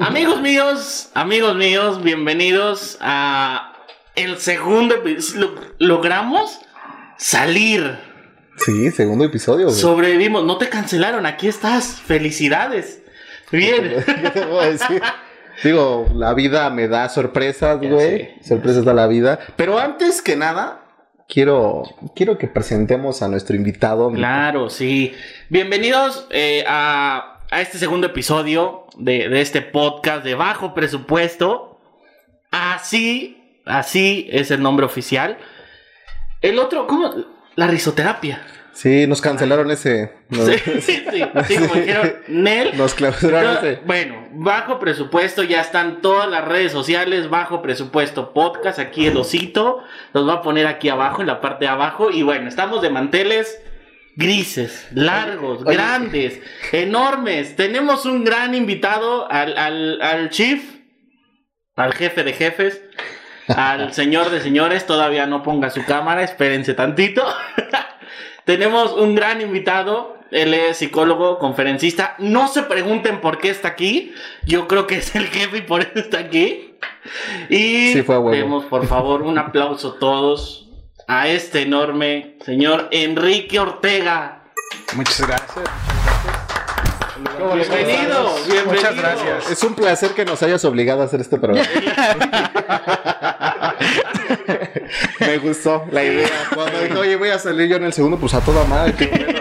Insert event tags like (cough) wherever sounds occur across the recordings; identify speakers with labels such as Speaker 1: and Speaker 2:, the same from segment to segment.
Speaker 1: amigos míos, amigos míos, bienvenidos a el segundo episodio. Logramos salir.
Speaker 2: Sí, segundo episodio, güey.
Speaker 1: Sobrevivimos, no te cancelaron, aquí estás. Felicidades.
Speaker 2: (laughs)
Speaker 1: Bien.
Speaker 2: (laughs) ¿Qué te puedo decir? Digo, la vida me da sorpresas, güey. Sorpresas da la vida. Pero antes que nada, quiero, quiero que presentemos a nuestro invitado. mi-
Speaker 1: Claro, sí. Bienvenidos eh, a, a este segundo episodio de, de este podcast de bajo presupuesto. Así, así es el nombre oficial. El otro, ¿cómo? La risoterapia.
Speaker 2: Sí, nos cancelaron ese.
Speaker 1: (laughs)
Speaker 2: Nos,
Speaker 1: Sí, sí, sí, así como dijeron, Nel.
Speaker 2: (laughs) nos (laughs) clausuraron ese.
Speaker 1: Bueno, bajo presupuesto, ya están todas las redes sociales, bajo presupuesto podcast, aquí el osito, los va a poner aquí abajo, en la parte de abajo, y bueno, estamos de manteles grises, largos,
Speaker 2: Oye, oye.
Speaker 1: grandes, enormes, tenemos un gran invitado al, al, al chief, al jefe de jefes,
Speaker 2: (laughs)
Speaker 1: al señor de señores, todavía no ponga su cámara, espérense tantito. Tenemos un gran invitado. Él es psicólogo, conferencista. No se pregunten por qué está aquí. Yo creo que es el jefe y por eso está aquí. Y
Speaker 2: Sí, fue a huevo.
Speaker 1: demos, por favor, un aplauso todos a este enorme señor Enrique Ortega.
Speaker 3: Muchas gracias.
Speaker 1: Bienvenido, bienvenido.
Speaker 3: Muchas gracias.
Speaker 2: Es un placer que nos hayas obligado a hacer este
Speaker 1: (laughs)
Speaker 2: programa. Me gustó la idea. Cuando dije, oye, voy a salir yo en el segundo, pues a toda madre. qué
Speaker 1: (laughs)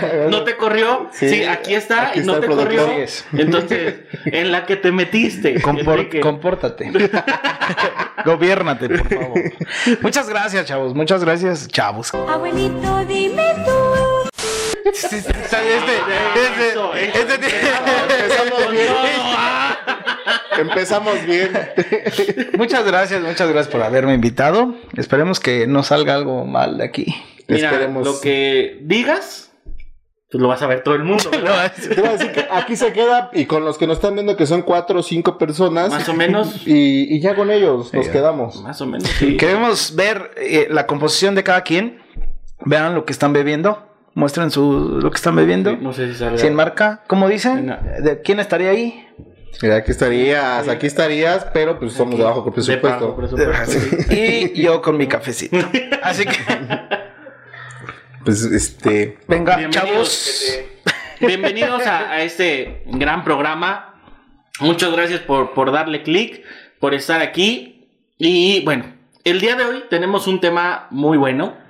Speaker 2: bueno.
Speaker 1: ¿No te corrió? Sí,
Speaker 2: Sí,
Speaker 1: aquí está
Speaker 2: aquí
Speaker 1: y no
Speaker 2: está
Speaker 1: te
Speaker 2: el productor.
Speaker 1: corrió. Entonces, en la que te metiste. Enrique.
Speaker 3: (laughs) compórtate. Gobiérnate, por (laughs) favor. Muchas gracias, chavos. Muchas gracias, chavos.
Speaker 4: Abuelito, dime tú.
Speaker 3: Este, este, este,
Speaker 1: Eso, eso.
Speaker 3: este
Speaker 1: Empezamos
Speaker 3: tiene-
Speaker 1: bien. Ah.
Speaker 2: Empezamos bien.
Speaker 3: Muchas gracias, muchas gracias por haberme invitado. Esperemos que no salga algo mal de aquí.
Speaker 1: Mira,
Speaker 2: Esperemos.
Speaker 1: lo que digas, pues (laughs) lo vas a ver todo el mundo. ¿verdad?
Speaker 2: Te iba a decir que aquí se queda y con los que nos están viendo, que son cuatro o cinco personas.
Speaker 1: Más o (laughs) menos.
Speaker 2: Y, y ya con ellos nos quedamos.
Speaker 1: Más o menos, sí.
Speaker 3: Queremos ver eh, la composición de cada quien. Vean lo que están bebiendo. Muestren su, lo que están bebiendo.
Speaker 1: No sé si salga.
Speaker 3: Sin marca, ¿cómo dicen?
Speaker 1: No.
Speaker 3: ¿De quién estaría (laughs) ahí?
Speaker 2: Mira, aquí estarías, aquí estarías, pero pues somos de bajo
Speaker 1: De bajo
Speaker 2: presupuesto.
Speaker 1: presupuesto, Ah, sí.
Speaker 3: Y yo con mi (laughs) cafecito. Así que,
Speaker 2: Pues este.
Speaker 3: venga,
Speaker 1: Ah, Bienvenidos.
Speaker 3: chavos.
Speaker 1: Bienvenidos a, a este gran programa. Muchas gracias por, por darle clic, por estar aquí. Y bueno, el día de hoy tenemos un tema muy bueno.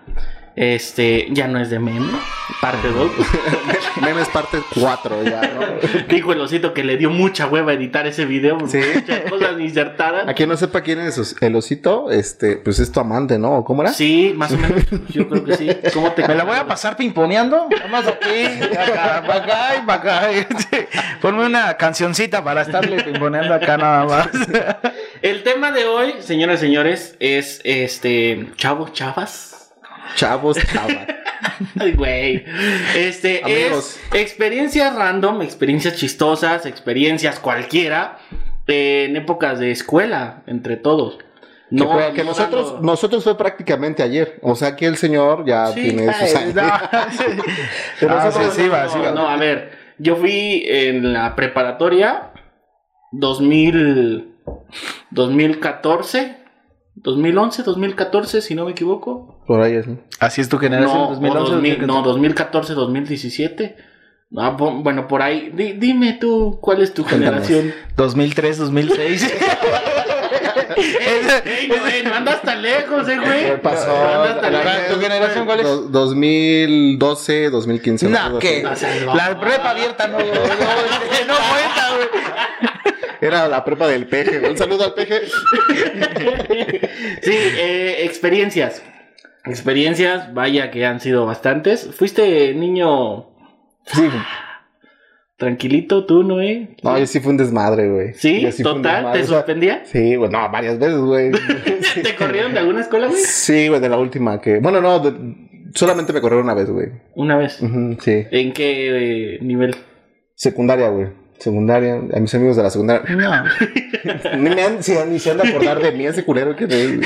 Speaker 1: Este, ya no es de meme, parte 2.
Speaker 2: Memes parte 4 ya, ¿no? (laughs)
Speaker 1: Dijo el osito que le dio mucha hueva editar ese video. Muchas cosas insertadas.
Speaker 2: A quien no sepa quién es os- el osito, este, pues es tu amante, ¿no? ¿Cómo era?
Speaker 1: Sí, más o menos. pues, Yo creo que sí. ¿Cómo
Speaker 2: (laughs)
Speaker 1: te
Speaker 3: Me la voy a pasar pimponeando. Nada más aquí, acá, pa' acá y pa' acá. Sí. Ponme una cancioncita para estarle pimponeando acá nada más.
Speaker 1: El tema de hoy, señoras y señores, es este. Chavos, chavas. (laughs)
Speaker 2: Chavos, chavas.
Speaker 1: Ay, güey. Este
Speaker 2: Amigos.
Speaker 1: es experiencias random, experiencias chistosas, experiencias cualquiera eh, en épocas de escuela, entre todos.
Speaker 2: que, fue- que nosotros,
Speaker 1: dando-
Speaker 2: nosotros fue prácticamente ayer. O sea que el señor ya
Speaker 1: Sí,
Speaker 2: tiene sus
Speaker 3: Ay,
Speaker 2: años.
Speaker 3: no.
Speaker 2: Pero
Speaker 3: Ah,
Speaker 2: eso
Speaker 3: sí,
Speaker 2: no-
Speaker 3: sí, va, sí,
Speaker 1: No,
Speaker 3: va.
Speaker 1: no, a ver, yo fui en la preparatoria 2000, 2014, 2011, 2014, si no me equivoco.
Speaker 2: Por ahí es, ¿no?
Speaker 3: Así es tu generación,
Speaker 1: No,
Speaker 3: 2011,
Speaker 1: 2000, no,
Speaker 3: 2014.
Speaker 1: 2014, 2017. Ah, bu- bueno, por ahí, Di- dime tú, ¿cuál es tu
Speaker 2: Cuéntanos.
Speaker 1: generación?
Speaker 3: 2003, 2006. (laughs) Ese-
Speaker 1: Ey, no, ey, no andas tan lejos, eh, güey.
Speaker 2: ¿Qué pasó?
Speaker 1: No andas tan
Speaker 2: La-
Speaker 1: lejos.
Speaker 3: ¿Tu generación cuál es?
Speaker 2: Do- 2012, 2015.
Speaker 3: No,
Speaker 2: algo
Speaker 3: que
Speaker 1: O
Speaker 2: así.
Speaker 1: sea, no.
Speaker 3: la prepa abierta no, no, no, este, no cuenta, güey.
Speaker 2: Era la prepa del peje. Un saludo al peje.
Speaker 1: Sí, eh, experiencias. Experiencias, vaya que han sido bastantes. Fuiste niño
Speaker 2: Sí.
Speaker 1: tranquilito, tú, ¿no, eh?
Speaker 2: No, yo sí fue un desmadre, güey.
Speaker 1: Sí,
Speaker 2: Yo fue un
Speaker 1: total,
Speaker 2: desmadre,
Speaker 1: ¿te
Speaker 2: o sea,
Speaker 1: suspendía?
Speaker 2: Sí, güey, no, varias veces, güey.
Speaker 1: ¿Te corrieron de alguna escuela, güey?
Speaker 2: sí, güey, de la última que. Bueno, no, de- solamente me corrieron una vez, güey.
Speaker 1: Una vez.
Speaker 2: Ujú, Sí.
Speaker 1: ¿En qué eh, nivel?
Speaker 2: Secundaria, güey. Secundaria, a mis amigos de la secundaria.
Speaker 3: No.
Speaker 2: Ni, me han, si- ni se han de acordar de mí ese culero que te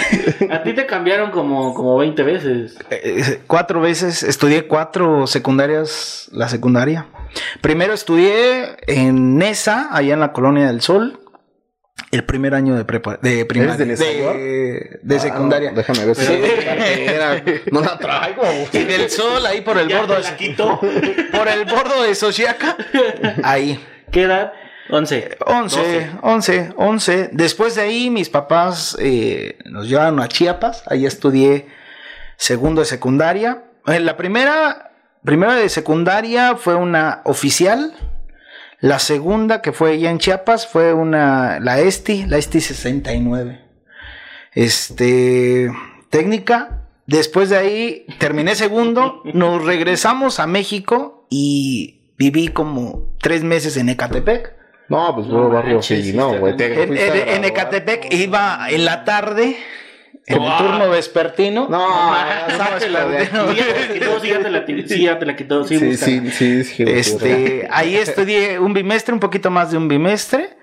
Speaker 1: A ti te cambiaron como, como 20 veces.
Speaker 3: Eh, cuatro veces, estudié cuatro secundarias, la secundaria. Primero estudié en Nesa, allá en la Colonia del Sol, el primer año de prepa, de primaria.
Speaker 2: de Nesa,
Speaker 3: de, de secundaria.
Speaker 2: Ah, déjame ver si
Speaker 1: Sí.
Speaker 2: Era- no la traigo.
Speaker 1: (laughs)
Speaker 3: Y del Sol, ahí por el
Speaker 1: Ya
Speaker 3: bordo,
Speaker 1: te la quitó.
Speaker 3: por el bordo de Sochiaca, ahí.
Speaker 1: ¿Qué edad? 11.
Speaker 3: 11, 11, 11. Después de ahí, mis papás eh, nos llevaron a Chiapas. Ahí estudié segundo de secundaria. Eh, la primera, primera de secundaria fue una oficial. La segunda, que fue ya en Chiapas, fue una, la ESTI, la ESTI 69. Este, técnica. Después de ahí, terminé segundo. Nos regresamos a México y viví como tres meses en Ecatepec.
Speaker 2: No, pues
Speaker 1: No
Speaker 2: puro barrio
Speaker 1: manches,
Speaker 2: fino,
Speaker 1: hiciste
Speaker 2: güey. Te
Speaker 3: En,
Speaker 2: fuiste a
Speaker 3: en- en
Speaker 2: grabar.
Speaker 3: Ecatepec iba en la tarde, en el
Speaker 1: Wow.
Speaker 3: turno vespertino.
Speaker 2: No, sáquela de aquí.
Speaker 1: Sí, ya te la quitó, sí, ya te la quitó. Sí, ya te la quitó. Sí,
Speaker 2: Sí, ah,
Speaker 1: búscala.
Speaker 2: sí, sí, sí,
Speaker 3: Este, ahí estudié un bimestre, un poquito más de un bimestre.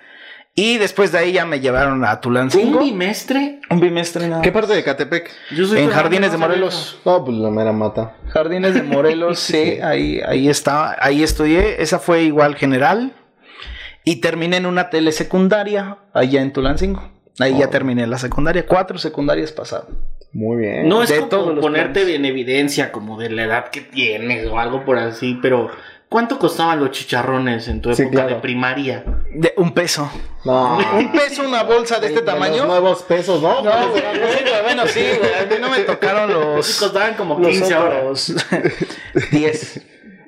Speaker 3: Y después de ahí ya me llevaron a
Speaker 1: ¿Un
Speaker 3: Tulancingo.
Speaker 1: bimestre?
Speaker 3: Un bimestre nada
Speaker 2: ¿Qué
Speaker 3: más.
Speaker 2: parte de Catepec?
Speaker 1: Yo soy
Speaker 3: En
Speaker 1: todavía
Speaker 3: Jardines
Speaker 1: no
Speaker 3: de
Speaker 1: sabía
Speaker 3: Morelos.
Speaker 2: No, pues la mera mata.
Speaker 3: Jardines de
Speaker 2: (laughs)
Speaker 3: Morelos, sí, ahí, ahí estaba, ahí estudié. Esa fue igual general. Y terminé en una telesecundaria allá en Tulancingo. Ahí ya
Speaker 2: Oh.
Speaker 3: terminé la secundaria. Cuatro secundarias pasaron.
Speaker 2: Muy
Speaker 1: eso.
Speaker 2: bien.
Speaker 1: No es
Speaker 3: De
Speaker 1: como
Speaker 3: todos los
Speaker 1: ponerte
Speaker 3: planes.
Speaker 1: en evidencia como de la edad que tienes o algo por así, pero ¿cuánto costaban los chicharrones en tu época
Speaker 2: Sí,
Speaker 1: de
Speaker 2: claro.
Speaker 1: primaria?
Speaker 3: De un peso. (laughs)
Speaker 2: no.
Speaker 3: Un peso, una bolsa de este
Speaker 2: los
Speaker 3: tamaño.
Speaker 2: nuevos pesos, ¿no?
Speaker 3: No, güey, güey, bueno, sí, güey, a mí no me tocaron
Speaker 1: Sí,
Speaker 3: los
Speaker 1: costaban como
Speaker 3: los
Speaker 1: 15 horas.
Speaker 3: otros. (laughs) 10.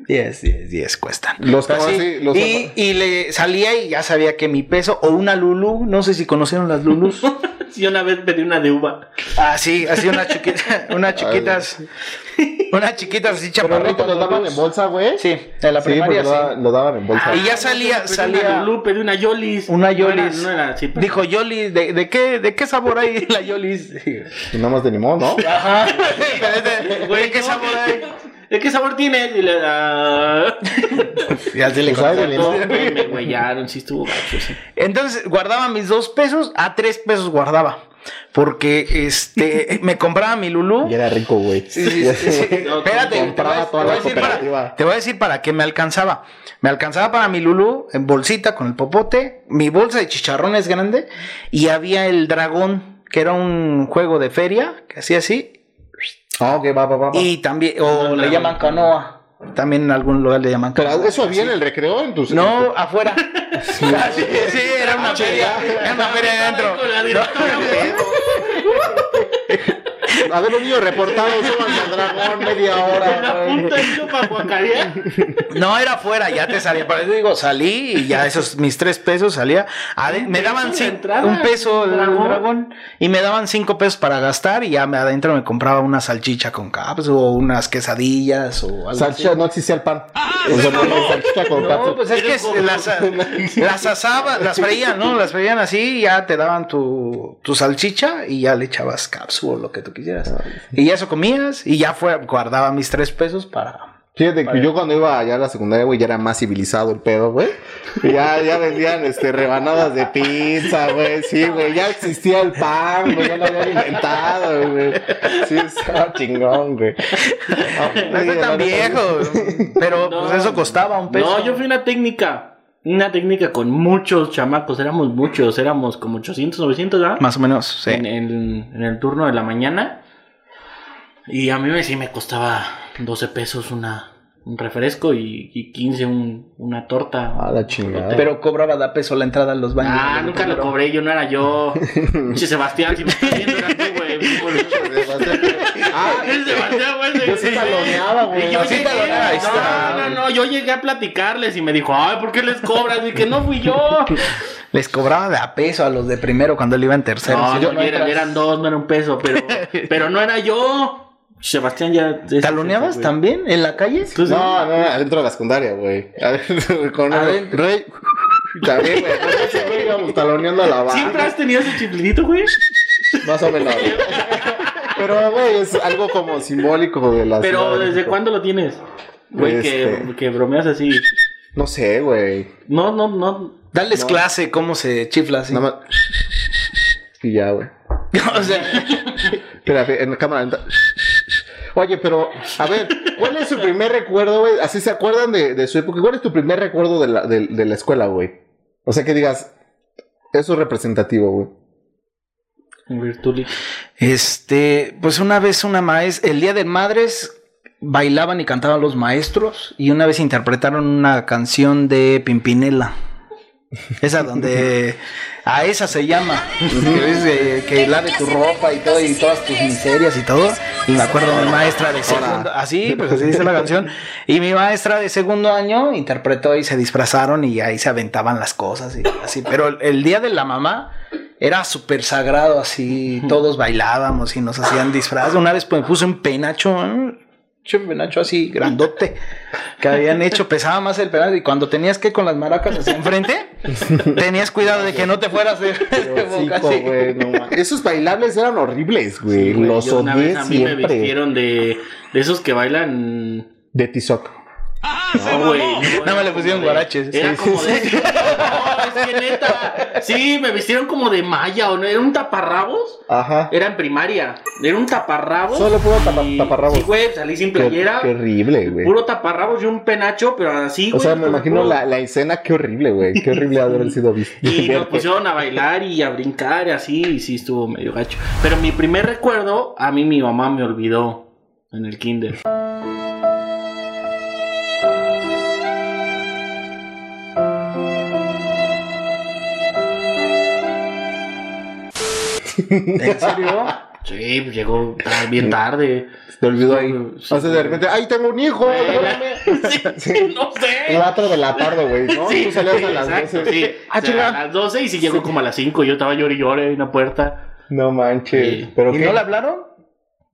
Speaker 3: 10, 10, 10 cuestan.
Speaker 2: Los
Speaker 3: Pero
Speaker 2: como
Speaker 3: sí,
Speaker 2: así, los
Speaker 3: y, y le salía y ya sabía que mi peso o una Lulu, no sé si conocieron las Lulus.
Speaker 1: (laughs) Sí, una vez pedí una de uva.
Speaker 3: Así, Ah, así unas chiquitas,
Speaker 2: (laughs)
Speaker 3: unas chiquitas, unas chiquitas así
Speaker 2: Pero no
Speaker 3: chaparritas.
Speaker 2: te los daban
Speaker 3: Lulus.
Speaker 2: en bolsa, güey.
Speaker 3: Sí, en la
Speaker 2: Sí, porque
Speaker 3: primaria
Speaker 2: lo, da-
Speaker 3: sí.
Speaker 2: lo daban en bolsa.
Speaker 3: Y ya salía,
Speaker 1: Pedí una
Speaker 3: salía.
Speaker 1: Lulú, pedí una Yolis. No
Speaker 3: Una
Speaker 1: era-
Speaker 3: Yolis.
Speaker 1: No era así, pues. pero-
Speaker 3: Dijo Yolis, ¿de, de qué, ¿de qué sabor hay la Yolis?
Speaker 2: Y nada más de limón, ¿no?
Speaker 3: (laughs) Ajá. Pero es de-
Speaker 1: Güey,
Speaker 3: ¿De qué
Speaker 1: no.
Speaker 3: sabor hay?
Speaker 1: ¿De qué sabor tiene? Y le-
Speaker 3: (laughs)
Speaker 1: ah.
Speaker 3: Ya se le
Speaker 2: Pues algo
Speaker 3: contó.
Speaker 2: le-
Speaker 1: No, güey, me huellaron, sí estuvo gacho. sí.
Speaker 3: Entonces guardaba mis dos pesos, a tres pesos guardaba. Porque este (laughs) me compraba mi Lulú.
Speaker 2: Y era rico, güey.
Speaker 3: Sí, sí,
Speaker 2: (laughs)
Speaker 3: sí, sí.
Speaker 1: No,
Speaker 3: Espérate, te voy a-
Speaker 2: compraba
Speaker 3: te
Speaker 2: toda
Speaker 3: voy
Speaker 2: la
Speaker 3: a decir para-
Speaker 2: cooperativa.
Speaker 3: te voy a decir para qué me alcanzaba. Me alcanzaba para mi Lulú en bolsita con el popote, mi bolsa de chicharrones grande y había el dragón, que era un juego de feria, que hacía así,
Speaker 2: Ah, ok, va, va, va. va.
Speaker 3: y también, o
Speaker 1: dragón.
Speaker 3: le llaman canoa. También en algún lugar le llaman
Speaker 2: Pero
Speaker 3: canoa.
Speaker 2: eso había en el recreo, en
Speaker 1: Pues
Speaker 2: tus.
Speaker 3: No, afuera.
Speaker 1: (laughs)
Speaker 3: Sí, sí, era una feria. Era una feria de adentro.
Speaker 1: Con la directora, güey.
Speaker 2: A ver, los niños reportados, suban al dragón media
Speaker 1: (laughs)
Speaker 3: Ah,
Speaker 1: Con la
Speaker 2: hora. güey.
Speaker 1: punta y yo para guacarear.
Speaker 3: (laughs) No, era afuera, ya te salía. Por eso digo, salí y ya esos mis tres pesos salía. Ade- me
Speaker 1: peso
Speaker 3: daban
Speaker 1: la
Speaker 3: cin-
Speaker 1: entrada,
Speaker 3: un peso el dragón.
Speaker 1: dragón.
Speaker 3: y me daban cinco pesos para gastar y ya me adentro me compraba una salchicha con caps o unas quesadillas o algo
Speaker 2: Salchicha,
Speaker 3: así.
Speaker 2: no existía el pan. O sea, no, salchicha con
Speaker 3: No,
Speaker 2: pato.
Speaker 3: pues es que es- las, las asaba, las freían, ¿no? Las freían así, y ya te daban tu, tu salchicha y ya le echabas caps o lo que tú quisieras. Y ya eso comías y ya fue, guardaba mis tres pesos para,
Speaker 2: Fíjate que yo cuando iba allá a la secundaria, güey, ya era más civilizado el pedo, güey. Ya, ya vendían este, rebanadas de pizza, güey. Sí, güey. Ya existía el pan, güey. Ya lo habían inventado, güey. Sí, estaba chingón, güey. Ah,
Speaker 3: No
Speaker 2: sí,
Speaker 3: estoy
Speaker 2: la neta,
Speaker 3: tan viejo. Pero
Speaker 1: No.
Speaker 3: pues eso costaba un peso.
Speaker 1: No, yo fui una técnica. Una técnica con muchos chamacos. Éramos muchos. Éramos como 800, 900, ¿verdad?
Speaker 3: Más o menos, sí.
Speaker 1: en, en- en el turno de la mañana. Y a mí me, sí me costaba 12 pesos una, un refresco y, y 15 un- una torta.
Speaker 2: Ah, la chingada.
Speaker 3: Pero cobraba da peso la entrada a los baños.
Speaker 1: Ah, nunca lo cobré, yo no era yo. Che, Sebastián, si me estás viendo, era tú, güey. (laughs)
Speaker 2: Ah,
Speaker 1: El Sebastián, güey, se-
Speaker 2: yo sí taloneaba, güey.
Speaker 1: Y yo
Speaker 3: Sí
Speaker 1: llegué-
Speaker 3: taloneaba, ahí está.
Speaker 1: no, no, no, yo llegué a platicarles y me dijo, ay, ¿por qué les cobras? Y que no fui yo.
Speaker 3: Les cobraba de a peso a los de primero cuando él iba en tercero.
Speaker 1: No,
Speaker 3: Sí, yo
Speaker 1: no, eran,
Speaker 3: entras-
Speaker 1: eran dos, no era un peso, (laughs) pero, pero no era yo. Sebastián ya...
Speaker 3: ¿Taloneabas
Speaker 1: güey.
Speaker 3: también en la calle?
Speaker 1: Tú sí.
Speaker 2: No, no, no, adentro de la secundaria, güey. Adentro, (laughs) con el
Speaker 3: Adentro.
Speaker 2: rey. También, güey. con ese güey íbamos taloneando a la barra.
Speaker 1: ¿Siempre has tenido ese chiflidito, güey?
Speaker 2: Más o menos. Pero, güey, es algo como simbólico de la
Speaker 1: Pero
Speaker 2: Ciudad de
Speaker 1: ¿desde
Speaker 2: México.
Speaker 1: cuándo lo tienes? Güey, que-
Speaker 2: Este.
Speaker 1: que, bromeas así.
Speaker 2: No sé, güey.
Speaker 1: No, no, no.
Speaker 3: Dales
Speaker 2: No.
Speaker 3: clase cómo se chifla así.
Speaker 2: Nada más. Y ya, güey.
Speaker 3: (laughs) o sea,
Speaker 2: Espera, en la cámara lenta. Oye, pero, a ver, ¿cuál es su primer recuerdo, güey? Así se acuerdan de, de su época. ¿Cuál es tu primer recuerdo de la, de, de la escuela, güey? O sea, que digas, eso es representativo,
Speaker 1: (laughs)
Speaker 2: güey.
Speaker 1: Virtuli.
Speaker 3: este, pues una vez una maestra, el Día de Madres bailaban y cantaban los maestros y una vez interpretaron una canción de Pimpinela. Esa donde a esa se llama, que, es, eh, que lave tu ropa y todo y todas tus miserias y todo. Y me acuerdo mi maestra de segundo, así, pues así dice la canción. Y mi maestra de segundo año interpretó y se disfrazaron y ahí se aventaban las cosas y así. Pero el- el día de la mamá era súper sagrado, así todos bailábamos y nos hacían disfraz. Una vez pues, me puse un penacho, ¿eh? Pinche penacho así grandote que habían hecho, pesaba más el penacho y cuando tenías que ir con las maracas hacia enfrente, tenías cuidado de que no te fueras de, de boca
Speaker 2: Hocico,
Speaker 3: así.
Speaker 2: güey, no mames. Esos bailables eran horribles, güey.
Speaker 1: Güey,
Speaker 2: Los
Speaker 1: yo una
Speaker 2: odié
Speaker 1: vez a mí me
Speaker 2: siempre.
Speaker 1: vistieron de, de esos que bailan.
Speaker 2: De Tizoc.
Speaker 1: No, güey. No,
Speaker 3: No me le pusieron guaraches.
Speaker 1: Era
Speaker 3: Sí,
Speaker 1: como
Speaker 3: sí,
Speaker 1: de. No, es que neta. Sí, me vistieron como de malla, ¿o no? ¿Era un taparrabos?
Speaker 2: Ajá.
Speaker 1: Era en primaria. Era un taparrabos.
Speaker 2: Solo puro tapa-
Speaker 1: y-
Speaker 2: taparrabos.
Speaker 1: Sí, güey, salí sin
Speaker 2: Qué,
Speaker 1: playera.
Speaker 2: qué horrible, güey.
Speaker 1: Puro taparrabos y un penacho, pero así,
Speaker 2: O
Speaker 1: güey.
Speaker 2: sea, me
Speaker 1: como
Speaker 2: imagino
Speaker 1: puro-
Speaker 2: la, la escena, qué horrible, güey. Qué horrible ha de haber sido visto.
Speaker 1: Y nos pusieron a bailar y a brincar y así, y sí estuvo medio gacho. Pero mi primer recuerdo, a mí mi mamá me olvidó en el kinder.
Speaker 3: ¿En serio?
Speaker 1: Sí, pues llegó tar- bien tarde.
Speaker 2: Te olvidó ahí.
Speaker 1: Sí,
Speaker 2: o sea, de
Speaker 1: güey.
Speaker 2: repente, ¡ay, tengo un hijo! ayúdame".
Speaker 1: (laughs) Sí, sí, no
Speaker 2: (laughs)
Speaker 1: sé.
Speaker 2: 4 de la tarde, güey, ¿no?
Speaker 1: Sí,
Speaker 2: Tú salías a las
Speaker 1: exacto,
Speaker 2: 12.
Speaker 1: sí.
Speaker 3: Ah,
Speaker 1: O sea,
Speaker 3: chinga.
Speaker 1: a las 12 y si llegó como a las 5, yo estaba llori y llore en la puerta.
Speaker 2: No manches.
Speaker 1: Sí.
Speaker 2: Pero
Speaker 3: ¿Y
Speaker 2: qué?
Speaker 3: no le hablaron?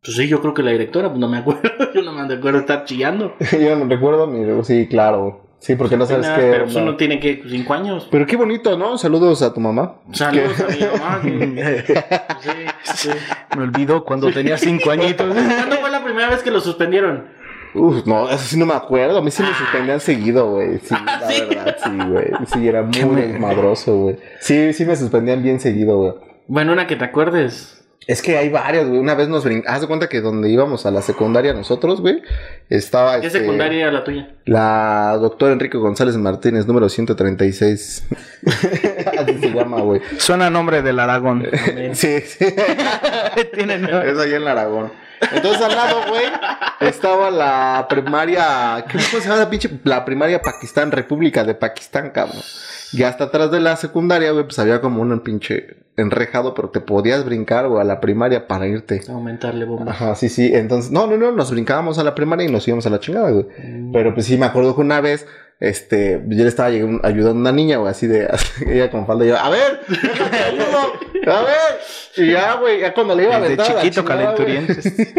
Speaker 1: Pues sí, yo creo que la directora, pues no me acuerdo, (laughs) yo no me acuerdo de estar chillando.
Speaker 2: (laughs) Yo no recuerdo mi. Sí, claro. Sí, porque no sabes
Speaker 1: Apenas,
Speaker 2: qué.
Speaker 1: pero pues
Speaker 2: onda.
Speaker 1: uno tiene que 5 años.
Speaker 2: Pero qué bonito, ¿no? Saludos a tu mamá.
Speaker 1: Saludos a mi mamá.
Speaker 2: (laughs)
Speaker 3: Mm.
Speaker 1: que- Sí, sí.
Speaker 3: Me olvidó cuando tenía cinco añitos.
Speaker 1: ¿Cuándo fue la primera vez que lo suspendieron?
Speaker 2: Uf, no, eso sí no me acuerdo. A mí sí me suspendían seguido, güey. Sí,
Speaker 1: Ah,
Speaker 2: la
Speaker 1: ¿sí?
Speaker 2: verdad, sí, güey.
Speaker 1: (laughs)
Speaker 2: Sí, era muy desmadroso, güey. Sí, sí me suspendían bien seguido, güey.
Speaker 1: Bueno, una que te acuerdes.
Speaker 2: Es que hay varias, güey. Una vez nos brincamos. Haz de cuenta que donde íbamos a la secundaria nosotros, güey, estaba.
Speaker 1: ¿Qué
Speaker 2: este,
Speaker 1: secundaria era la
Speaker 2: (laughs)
Speaker 1: tuya?
Speaker 2: La doctora Enrique González Martínez, número 136. (laughs) Así se llama, güey.
Speaker 3: Suena nombre del Aragón.
Speaker 2: Sí, sí.
Speaker 3: Tienen-
Speaker 2: Es allá en Aragón. Entonces al lado, güey, estaba la primaria. ¿Qué cómo se llama la pinche? La primaria Pakistán, República de Pakistán, cabrón. Y hasta atrás de la secundaria, güey, pues había como un pinche enrejado, pero te podías brincar, güey, a la primaria para irte.
Speaker 1: Aumentarle bomba.
Speaker 2: Ajá, sí, sí. Entonces, no, no, no, nos brincábamos a la primaria y nos íbamos a la chingada, güey.
Speaker 3: Mm.
Speaker 2: Pero pues sí, me acuerdo que una vez, este, yo le estaba llegando- ayudando a una niña, güey, así de, (laughs) ella con falda, y yo, a ver, déjate ayudo, a ver. Y ya, güey, ya cuando le iba a
Speaker 3: Desde
Speaker 2: aventar. a la
Speaker 3: chiquito
Speaker 2: chingada, güey,
Speaker 3: calenturientes.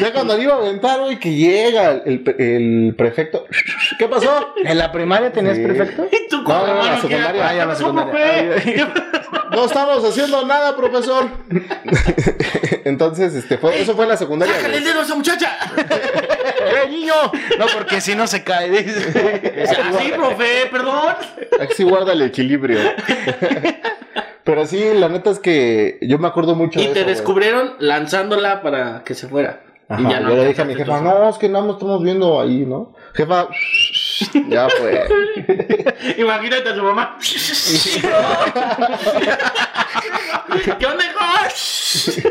Speaker 2: Ya cuando le iba a aventar, güey, que llega el, pre- el prefecto. ¿Qué pasó?
Speaker 3: ¿En la primaria tenías
Speaker 2: Sí.
Speaker 3: prefecto?
Speaker 1: ¿Y tú
Speaker 2: No, no, no, la
Speaker 1: hermano, qué?
Speaker 2: secundaria.
Speaker 3: Ah, ya la
Speaker 1: ¿Cómo
Speaker 3: secundaria.
Speaker 1: fue?
Speaker 3: (laughs)
Speaker 2: No estamos haciendo nada, profesor. (laughs) Entonces, este, fue, eso fue en la secundaria.
Speaker 1: ¡Sácale
Speaker 2: güey.
Speaker 1: el dedo a esa
Speaker 2: (laughs)
Speaker 1: muchacha!
Speaker 3: ¡Eh, niño! No, porque si no se cae. dice.
Speaker 1: Así, profe, perdón.
Speaker 2: Aquí sí guarda
Speaker 1: (laughs)
Speaker 2: el equilibrio. Pero sí, la neta es que yo me acuerdo mucho de
Speaker 1: Y te
Speaker 2: eso, güey.
Speaker 1: descubrieron lanzándola para que se fuera.
Speaker 2: Ajá,
Speaker 1: y ya no
Speaker 2: yo le dije a mi jefa,
Speaker 1: alcanzaste
Speaker 2: no, es que nada más estamos viendo ahí, ¿no? Jefa, (laughs) ya fue.
Speaker 1: tu- (laughs) Imagínate a su
Speaker 3: (laughs)
Speaker 1: mamá. ¿Qué onda, hijo?
Speaker 2: Sí,
Speaker 1: ¿Tú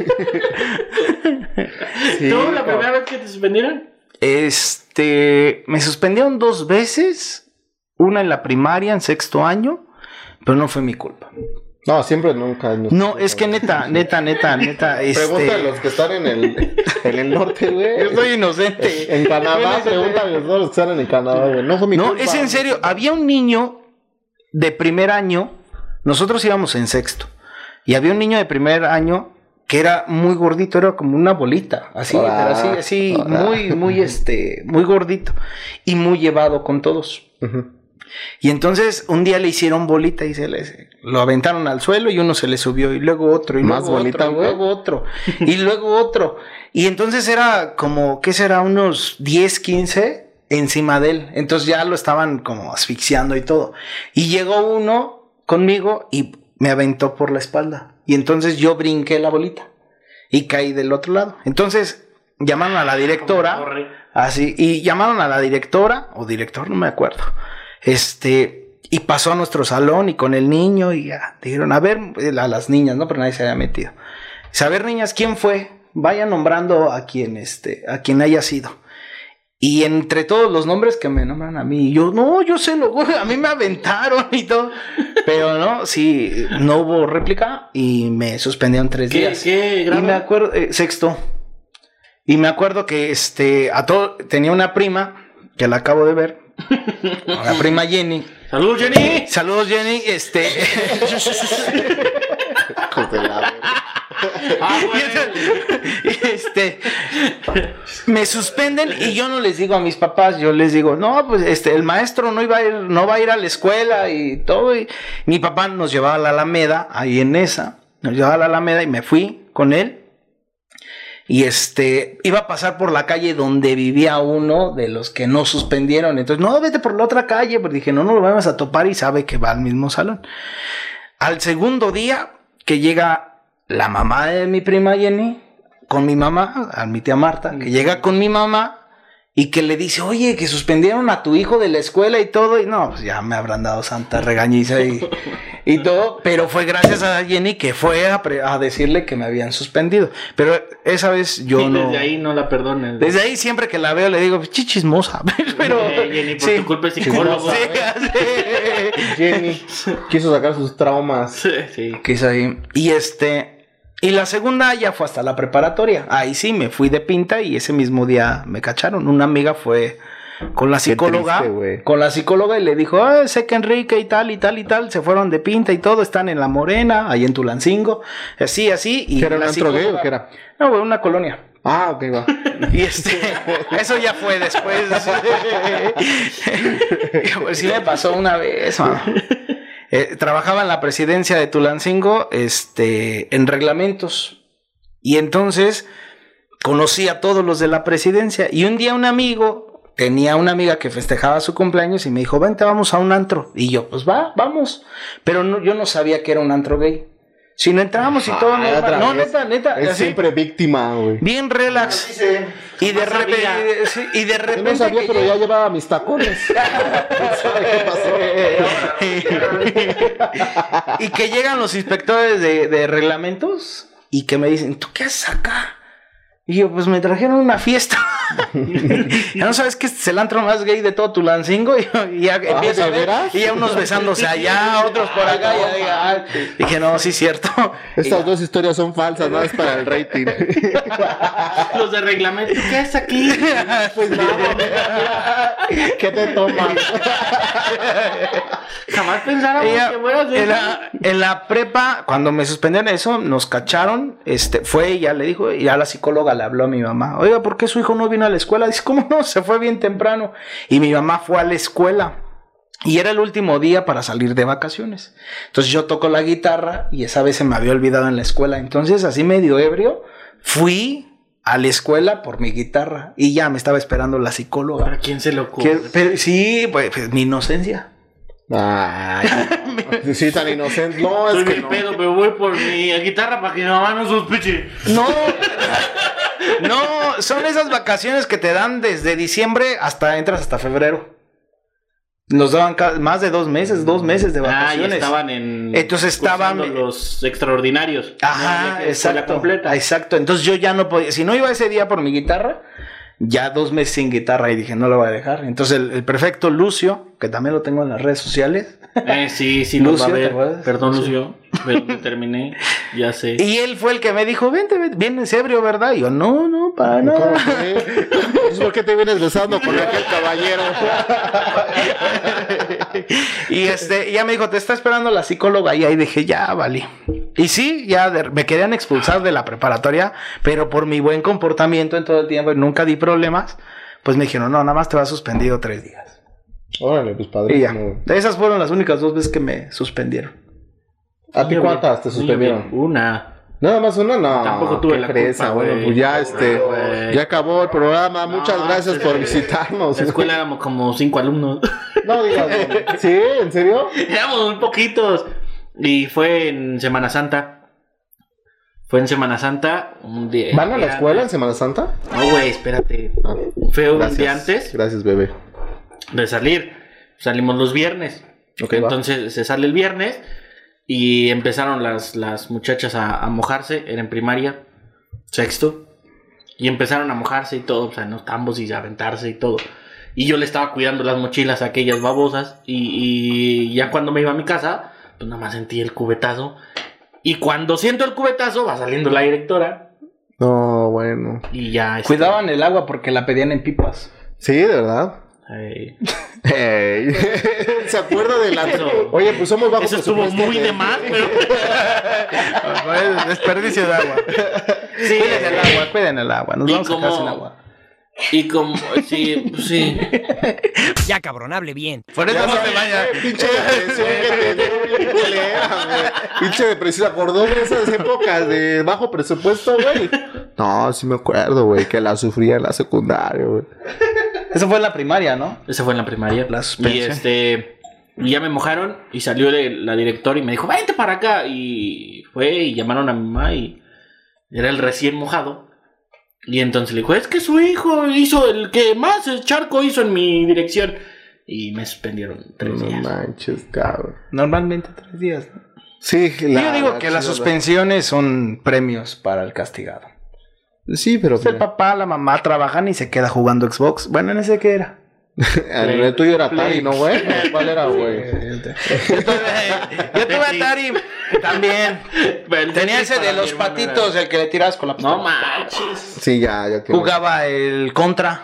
Speaker 1: la
Speaker 2: cabrón.
Speaker 1: primera vez que te suspendieron?
Speaker 3: Este, me suspendieron dos veces, una en la primaria, en sexto año, pero no fue mi culpa.
Speaker 2: No, siempre nunca.
Speaker 3: No, es que neta, neta, neta, neta,
Speaker 2: Pregunta a
Speaker 3: este,
Speaker 2: los que están en el, en el norte, güey.
Speaker 3: yo soy inocente.
Speaker 2: En Canadá,
Speaker 1: (laughs)
Speaker 3: Bueno,
Speaker 2: pregúntale a los dos que están en Canadá, güey. No fue mi
Speaker 3: No,
Speaker 2: culpa.
Speaker 3: es en serio, había un niño de primer año, nosotros íbamos en sexto, y había un niño de primer año que era muy gordito, era como una bolita, así,
Speaker 2: Hola,
Speaker 3: pero así, así,
Speaker 2: hola.
Speaker 3: muy, muy, este, muy gordito y muy llevado con todos.
Speaker 2: Ujú.
Speaker 3: Y entonces un día le hicieron bolita y se les, lo aventaron al suelo y uno se le subió y luego otro y
Speaker 2: Más
Speaker 3: luego
Speaker 2: bolita,
Speaker 3: otro, y
Speaker 2: güey.
Speaker 3: luego otro y luego otro. Y entonces era como, ¿qué será? Unos 10, 15 encima de él. Entonces ya lo estaban como asfixiando y todo. Y llegó uno conmigo y me aventó por la espalda. Y entonces yo brinqué la bolita y caí del otro lado. Entonces llamaron a la
Speaker 1: Como
Speaker 3: directora.
Speaker 1: corre.
Speaker 3: Así, y llamaron a la directora o director, no me acuerdo. Este, y pasó a nuestro salón y con el niño y ya. Dijeron, a ver, eh, a las niñas, ¿no? Pero nadie se había metido. Saber, niñas, quién fue. Vaya nombrando a quien, este, a quien haya sido. Y entre todos los nombres que me nombran a mí, yo, no, yo sé, lo, (laughs) a mí me aventaron y todo. Pero no, sí, no hubo réplica y me suspendieron tres
Speaker 1: ¿Qué,
Speaker 3: días.
Speaker 1: qué
Speaker 3: Y
Speaker 1: grado?
Speaker 3: me acuerdo, eh, sexto. Y me acuerdo que este, a todo, tenía una prima, que la acabo de ver, la prima Jenny.
Speaker 1: ¡Salud, Jenny!
Speaker 3: Saludos Jenny, este...
Speaker 2: Hijos de la verga.
Speaker 1: (laughs) Ah, güey.
Speaker 3: este me suspenden y yo no les digo a mis papás, yo les digo, no, pues este, el maestro no iba a ir, no va a ir a la escuela y todo. Y mi papá nos llevaba a la Alameda, ahí en esa, nos llevaba a la Alameda y me fui con él. Y este, iba a pasar por la calle donde vivía uno de los que no suspendieron. Entonces, no, vete por la otra calle. Pero dije, no, no lo vamos a topar y sabe que va al mismo salón. Al segundo día que llega la mamá de mi prima Jenny con mi mamá, a mi tía Marta, que llega con mi mamá y que le dice, oye, que suspendieron a tu hijo de la escuela y todo. Y no, pues ya me habrán dado santa
Speaker 1: (laughs)
Speaker 3: regañiza y, y todo. Pero fue gracias a Jenny que fue a, pre- a decirle que me habían suspendido. Pero esa vez yo
Speaker 1: Y
Speaker 3: no.
Speaker 1: desde ahí no la perdones.
Speaker 3: Desde ahí siempre que la veo le digo, "Chi chismosa. (laughs) Pero.
Speaker 1: Eh, Jenny, por tu culpa es psicólogo.
Speaker 3: Sí, así.
Speaker 2: Jenny quiso sacar sus traumas.
Speaker 1: Sí, sí.
Speaker 3: que hice ahí. Y este. Y la segunda ya fue hasta la preparatoria. Ahí sí me fui de pinta y ese mismo día me cacharon. Una amiga fue con la psicóloga.
Speaker 2: triste, güey.
Speaker 3: con la psicóloga y le dijo: "Ah, sé que Enrique y tal y tal y tal se fueron de pinta y todo. Están en La Morena, ahí en Tulancingo. Así, así. Y
Speaker 2: ¿Que era un
Speaker 3: la
Speaker 2: antro gay o
Speaker 3: psicóloga-
Speaker 2: qué era?
Speaker 3: No, güey, una colonia.
Speaker 2: Ah, ok, va.
Speaker 3: Y este, eso ya fue después. pues sí me pasó una vez, mano. Eh, trabajaba en la presidencia de Tulancingo, este, en reglamentos. Y entonces conocí a todos los de la presidencia. Y un día un amigo tenía una amiga que festejaba su cumpleaños y me dijo, vente, vamos a un antro. Y yo, pues va, vamos. Pero no, yo no sabía que era un antro gay. Si no entramos y todo,
Speaker 2: Ah,
Speaker 3: normal.
Speaker 2: otra
Speaker 3: no,
Speaker 2: vez.
Speaker 3: neta, neta,
Speaker 2: Es
Speaker 3: así,
Speaker 2: siempre víctima, güey.
Speaker 3: bien relax. Y de,
Speaker 1: Jamás
Speaker 3: repente,
Speaker 1: sabía.
Speaker 3: sí, y de
Speaker 2: Yo no
Speaker 3: repente.
Speaker 2: sabía,
Speaker 3: que
Speaker 2: pero ya llevaba mis tacones. ¿Quién sabe qué
Speaker 3: Eh,
Speaker 2: pasó?
Speaker 3: llega- (laughs) y que llegan los inspectores de, de reglamentos y que me dicen, ¿tú qué haces acá? Y yo, pues me trajeron una (laughs) fiesta. ya no sabes que este es el antro más gay de todo Tulancingo. Y, y ya
Speaker 2: Ah, ¿de
Speaker 3: empiezo a ver.
Speaker 2: veras?
Speaker 3: Y ya unos besándose allá, otros por acá. y ya digo, "Ah". dije, no, sí, cierto.
Speaker 2: Estas dos historias son falsas, nada es para el rating.
Speaker 1: Los de reglamento, ¿qué es
Speaker 3: (laughs)
Speaker 1: aquí?
Speaker 3: Pues
Speaker 2: ¿Qué te tomas?
Speaker 1: Jamás pensaron
Speaker 3: Ella-
Speaker 1: que fueras de
Speaker 3: en, la, en la prepa, cuando me suspendieron eso, nos cacharon. Este, fue y ya le dijo, y ya la psicóloga le habló a mi mamá. Oiga, ¿por qué su hijo no vino a la escuela? Dice, ¿cómo no? Se fue bien temprano. Y mi mamá fue a la escuela. Y era el último día para salir de vacaciones. Entonces yo toco la guitarra y esa vez se me había olvidado en la escuela. Entonces, así medio ebrio, fui a la escuela por mi guitarra y ya me estaba esperando la
Speaker 1: ¿Pero
Speaker 3: psicóloga.
Speaker 1: quién se lo
Speaker 3: Que-
Speaker 1: ocurre?
Speaker 3: pero sí, pues, pues, mi inocencia.
Speaker 2: Ay, sí, tan inocente. No,
Speaker 1: Soy
Speaker 2: es que
Speaker 1: bien
Speaker 2: no.
Speaker 1: pedo, pero voy por mi guitarra para que mi mamá no sospeche.
Speaker 3: No, (laughs) no, son esas vacaciones que te dan desde diciembre hasta entras hasta febrero. Nos daban ca- más de dos meses, dos meses de
Speaker 1: Ah, ya
Speaker 3: vacaciones.
Speaker 1: estaban en.
Speaker 3: Entonces estaban-
Speaker 1: cursando los extraordinarios. No,
Speaker 3: Ajá,
Speaker 1: de que escuela
Speaker 3: exacto.
Speaker 1: completa.
Speaker 3: Exacto. Entonces yo ya no podía. Si no iba ese día por mi guitarra, ya dos meses sin guitarra y dije, no la voy a dejar. Entonces el, el perfecto Lucio, que también lo tengo en las redes sociales,
Speaker 1: Eh, sí, sí, nos va a
Speaker 3: Lucio, ¿te
Speaker 1: ver.
Speaker 3: acuerdas?
Speaker 1: Perdón, Lucio, pero me terminé. Ya sé.
Speaker 3: (laughs) y él fue el que me dijo, vente, vente, vienes ebrio, ¿verdad? Y yo, no, no, para
Speaker 2: ¿Cómo
Speaker 3: nada.
Speaker 2: que? Pues, ¿Por qué te vienes besando con aquel caballero?
Speaker 3: Y este, ya me dijo, te está esperando la psicóloga. Y ahí dije, ya, vale. Y sí, ya de- me querían expulsar de la preparatoria, pero por mi buen comportamiento en todo el tiempo y nunca di problemas, pues me dijeron, no, nada más te vas suspendido tres días.
Speaker 2: Órale, pues
Speaker 3: Y ya.
Speaker 2: padrísimo.
Speaker 3: Esas fueron las únicas dos veces que me suspendieron.
Speaker 2: ¿A ti cuántas te suspendieron?
Speaker 1: Una.
Speaker 2: Nada más uno, no.
Speaker 1: Tampoco tuve
Speaker 2: qué
Speaker 1: la
Speaker 2: fresa,
Speaker 1: culpa,
Speaker 2: Bueno,
Speaker 1: güey.
Speaker 2: pues ya, este,
Speaker 1: güey.
Speaker 2: ya acabó el programa. Muchas
Speaker 1: No,
Speaker 2: gracias
Speaker 1: sí,
Speaker 2: por
Speaker 1: sí.
Speaker 2: visitarnos.
Speaker 1: En la
Speaker 3: (laughs)
Speaker 1: escuela éramos como cinco alumnos. (laughs)
Speaker 2: No digas, güey. (laughs) ¿sí? ¿En serio?
Speaker 1: éramos muy poquitos. Y fue en Semana Santa. Fue en Semana Santa. Un día,
Speaker 2: ¿Van a la
Speaker 1: era-
Speaker 2: escuela en Semana Santa?
Speaker 1: No, güey, espérate.
Speaker 2: Ah,
Speaker 1: Fue un
Speaker 2: gracias.
Speaker 1: día antes
Speaker 2: Gracias, bebé.
Speaker 1: de salir. Salimos los viernes.
Speaker 2: Ok, va.
Speaker 1: Entonces se sale el viernes y empezaron las, las muchachas a, a mojarse. Era en primaria, sexto. Y empezaron a mojarse y todo, o sea, en los tambos y a aventarse y todo. Y yo le estaba cuidando las mochilas a aquellas babosas. Y, y ya cuando me iba a mi casa, pues nada más sentí el cubetazo. Y cuando siento el cubetazo, va saliendo la directora.
Speaker 2: No, bueno.
Speaker 1: Y ya. este,
Speaker 3: Cuidaban el agua porque la pedían en pipas.
Speaker 2: Sí, de verdad.
Speaker 1: eh, (laughs)
Speaker 2: Ey. ¿Se acuerda de la...
Speaker 1: Eso.
Speaker 2: Oye, pues somos bajos ¿eh?
Speaker 1: eso estuvo
Speaker 2: presupuesto,
Speaker 1: muy
Speaker 2: güey.
Speaker 1: de
Speaker 2: (laughs)
Speaker 1: más, pero.
Speaker 3: Desperdicio de agua.
Speaker 1: Sí,
Speaker 3: Cuiden el agua, cuiden el agua. Nos
Speaker 1: Y
Speaker 3: vamos a
Speaker 1: como-
Speaker 3: quedar sin agua.
Speaker 1: Y como. Sí, pues sí.
Speaker 5: Ya cabrón, hable bien.
Speaker 3: Por eso
Speaker 2: Ya
Speaker 3: no
Speaker 2: sabes,
Speaker 3: te vayas.
Speaker 2: eh, (laughs) Pinche depresión que te dio, bien culera, güey. Pinche depresión. Acordó de esas épocas de bajo presupuesto, güey. No, sí me acuerdo, güey, que la sufría en la secundaria, güey.
Speaker 3: Eso fue en la primaria, ¿no?
Speaker 1: Esa fue en la primaria.
Speaker 3: La
Speaker 1: y
Speaker 3: suspensión.
Speaker 1: este. Y ya me mojaron y salió el- la directora y me dijo, vente para acá. Y fue y llamaron a mi mamá y era el recién mojado. Y entonces le dijo, es que su hijo hizo el que más el charco hizo en mi dirección. Y me suspendieron tres (laughs)
Speaker 2: No
Speaker 1: días.
Speaker 2: manches, cabrón.
Speaker 3: Normalmente tres días. ¿no?
Speaker 2: Sí,
Speaker 3: Yo digo que las
Speaker 2: suspensión
Speaker 3: suspensiones son premios para el castigado.
Speaker 2: Sí, pero.
Speaker 3: Pues el papá, la mamá trabajan y se queda jugando Xbox. Bueno, en ese que era.
Speaker 2: El de tuyo era Atari, ¿no, güey? ¿Cuál era, güey?
Speaker 3: Yo tuve, yo tuve Atari también. Tenía ese de los patitos, el que le tirabas con la
Speaker 1: No
Speaker 3: pistola.
Speaker 1: manches.
Speaker 2: Sí, ya, ya que.
Speaker 3: Jugaba el contra.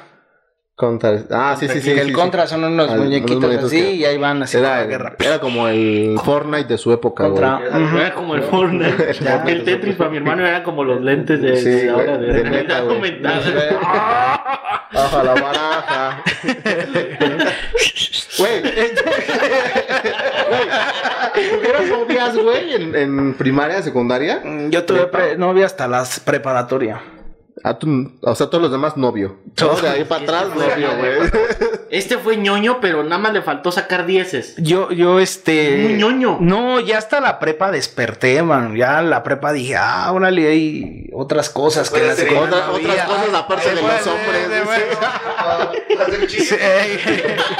Speaker 2: Contra- Ah, sí, sí, sí.
Speaker 3: el
Speaker 2: sí, sí.
Speaker 3: contra son unos
Speaker 2: Ah, unos
Speaker 3: muñequitos
Speaker 2: muñequitos
Speaker 3: así
Speaker 2: que-
Speaker 3: y ahí van así. a
Speaker 2: Era,
Speaker 3: la guerra.
Speaker 2: era como el Fortnite de su época, güey.
Speaker 3: Contra-
Speaker 1: Era como el
Speaker 2: (laughs)
Speaker 1: Fortnite.
Speaker 2: Ya.
Speaker 1: el Tetris para mi hermano era como los lentes de,
Speaker 2: Sí,
Speaker 1: de
Speaker 2: güey,
Speaker 1: ahora de,
Speaker 2: de
Speaker 1: realidad
Speaker 2: neta,
Speaker 1: (laughs)
Speaker 2: güey.
Speaker 1: aumentada. Ah.
Speaker 2: Baja la
Speaker 3: (laughs)
Speaker 2: baraja. Güey. Güey, ¿Tuvieron novias, güey, en, en primaria, secundaria?
Speaker 3: Mm, Yo tuve pre- novia hasta las preparatoria.
Speaker 2: Ah, tú- o sea, todos los demás novio. Todos de ahí para atrás, novio, güey.
Speaker 1: Este fue ñoño, pero nada más le faltó sacar dieces.
Speaker 3: Yo, yo, este.
Speaker 1: Muy ñoño.
Speaker 3: No, ya hasta la prepa desperté, mano. Ya en la prepa dije, ah, órale, hay otras cosas que en la
Speaker 2: Otra-
Speaker 3: secundaria no había.
Speaker 2: otras cosas aparte de los
Speaker 3: Bueno,
Speaker 2: hombres.
Speaker 3: de- de-
Speaker 2: dice.
Speaker 3: (laughs) Sí. (laughs)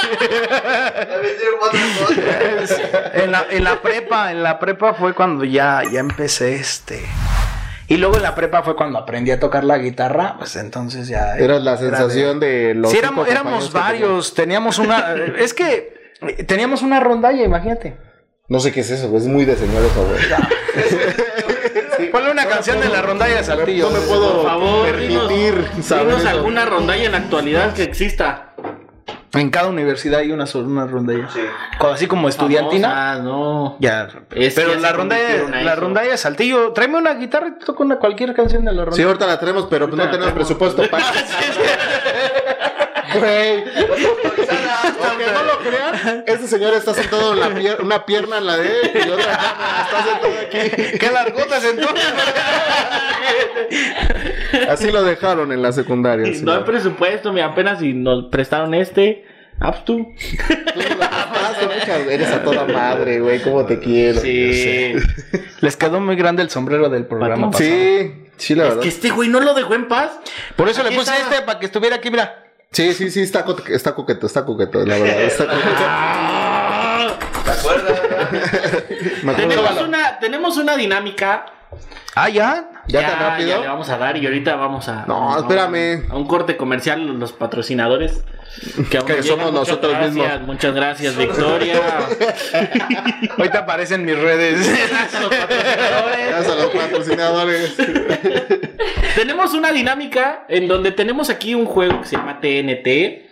Speaker 3: en, la, en la prepa, en la prepa fue cuando ya, ya empecé este. Y luego en la prepa fue cuando aprendí a tocar la guitarra, pues entonces ya.
Speaker 2: Era la
Speaker 3: de-
Speaker 2: sensación de los.
Speaker 3: Sí,
Speaker 2: cinco
Speaker 3: éramos, éramos
Speaker 2: compañeros que
Speaker 3: varios, teníamos una. es que eh, teníamos una rondalla, imagínate.
Speaker 2: tenían. No sé qué es eso, güey. Es muy de señor eso, güey.
Speaker 3: Ponle una canción de la rondalla de Saltillo.
Speaker 2: No me
Speaker 1: Por
Speaker 2: puedo
Speaker 1: favor, dinos,
Speaker 2: permitir saber.
Speaker 1: dinos
Speaker 2: eso.
Speaker 1: alguna rondalla en la actualidad que exista.
Speaker 3: En cada universidad hay una, sola- una rondalla. Co- Así como estudiantina.
Speaker 1: Ah, no.
Speaker 3: Ya.
Speaker 1: Es que
Speaker 3: pero
Speaker 1: ya
Speaker 3: la
Speaker 1: se
Speaker 3: rondalla,
Speaker 1: convirtieron a
Speaker 3: la
Speaker 1: eso.
Speaker 3: rondalla de Saltillo, tráeme una guitarra y te toco una cualquier canción de la
Speaker 2: Sí,
Speaker 3: rondalla.
Speaker 2: ahorita la tenemos, pero pues, no
Speaker 1: Ahorita la
Speaker 2: tenemos presupuesto para.
Speaker 1: (laughs)
Speaker 2: Güey. Aunque no lo crean, este señor está sentado en la pier- una pierna en la de él y otra acá, está sentado aquí.
Speaker 3: ¡Qué largotas entonces!
Speaker 2: Así lo dejaron en la secundaria.
Speaker 1: Y
Speaker 2: sí,
Speaker 1: No hay
Speaker 2: güey.
Speaker 1: presupuesto, mira, apenas si nos prestaron este. Apps tú.
Speaker 2: Ah, sí, muchas- Eres a toda madre, güey, cómo te quiero.
Speaker 1: Sí.
Speaker 3: Les quedó muy grande el sombrero del programa. pasado.
Speaker 2: Sí, sí, la
Speaker 1: Es
Speaker 2: verdad.
Speaker 1: que este güey no lo dejó en paz.
Speaker 3: Por eso le
Speaker 1: Aquí
Speaker 3: puse
Speaker 1: está.
Speaker 3: este para que estuviera aquí, mira.
Speaker 2: Sí, sí, sí, está, co- está coqueto, está coqueto, la verdad. Está
Speaker 1: (laughs)
Speaker 2: coqueto.
Speaker 1: Ah.
Speaker 2: Me acuerdo-
Speaker 1: Tenemos una, tenemos una dinámica.
Speaker 3: Ah, ya.
Speaker 2: ¿Ya tan rápido?
Speaker 1: ya le vamos a dar y ahorita vamos a.
Speaker 2: No,
Speaker 1: a un-
Speaker 2: espérame.
Speaker 1: A un corte comercial, los patrocinadores. Que, aún
Speaker 2: Que
Speaker 1: no
Speaker 2: somos
Speaker 1: llegan. Muchas
Speaker 2: nosotros
Speaker 1: gracias,
Speaker 2: mismos.
Speaker 1: Muchas gracias,
Speaker 2: (laughs)
Speaker 1: Victoria.
Speaker 3: Ahorita aparecen mis redes.
Speaker 2: Gracias a los
Speaker 1: (laughs)
Speaker 2: patrocinadores.
Speaker 1: Tenemos una dinámica en donde tenemos aquí un juego que se llama TNT,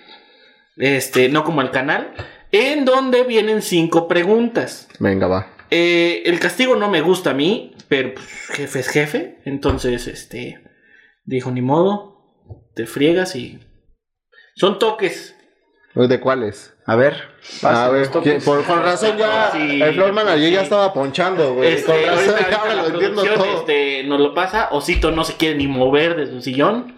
Speaker 1: este, no como el canal, en donde vienen cinco preguntas.
Speaker 2: Venga, va.
Speaker 1: Eh, el castigo no me gusta a mí, pero pues, jefe es jefe, entonces, este, dijo ni modo, te friegas y son toques.
Speaker 2: Pues, ¿De cuáles?
Speaker 3: A ver.
Speaker 2: A ver, ¿quién- por, con razón
Speaker 1: pues. Ah,
Speaker 2: ya
Speaker 1: Sí,
Speaker 2: el floor manager ya
Speaker 1: sí.
Speaker 2: estaba ponchando, güey.
Speaker 1: Este,
Speaker 2: Pues, con razón
Speaker 1: ahorita-
Speaker 2: ya
Speaker 1: ahorita
Speaker 2: me
Speaker 1: la
Speaker 2: lo entiendo
Speaker 1: producción,
Speaker 2: todo.
Speaker 1: este, nos lo pasa. Osito no se quiere ni mover de su sillón.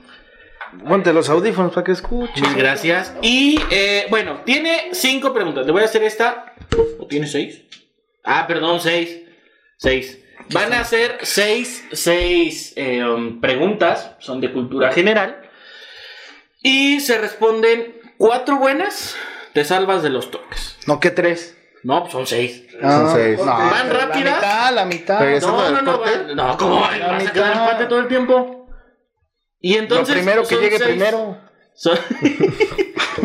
Speaker 3: (laughs) Ponte los audífonos para que escuches.
Speaker 1: Muchas gracias. Y eh, bueno, tiene cinco preguntas. Le voy a hacer esta. ¿O tiene seis? Ah, perdón, seis. Seis. Van a hacer seis, seis eh, um, preguntas. Son de cultura general. Y se responden cuatro buenas. Te salvas de los toques.
Speaker 3: No, que tres.
Speaker 1: No, pues son seis.
Speaker 2: Son seis.
Speaker 3: no.
Speaker 1: Van rápidas.
Speaker 3: La mitad, la mitad.
Speaker 2: Pero-
Speaker 1: No,
Speaker 2: ¿Empezando
Speaker 1: no,
Speaker 2: del
Speaker 1: no.
Speaker 2: corte?
Speaker 1: van- No, ¿cómo van?
Speaker 3: La
Speaker 1: vas a
Speaker 3: mitad.
Speaker 1: quedar empate todo el tiempo? Y entonces.
Speaker 3: Lo primero que
Speaker 1: son
Speaker 3: llegue
Speaker 1: seis.
Speaker 3: primero.
Speaker 1: Son-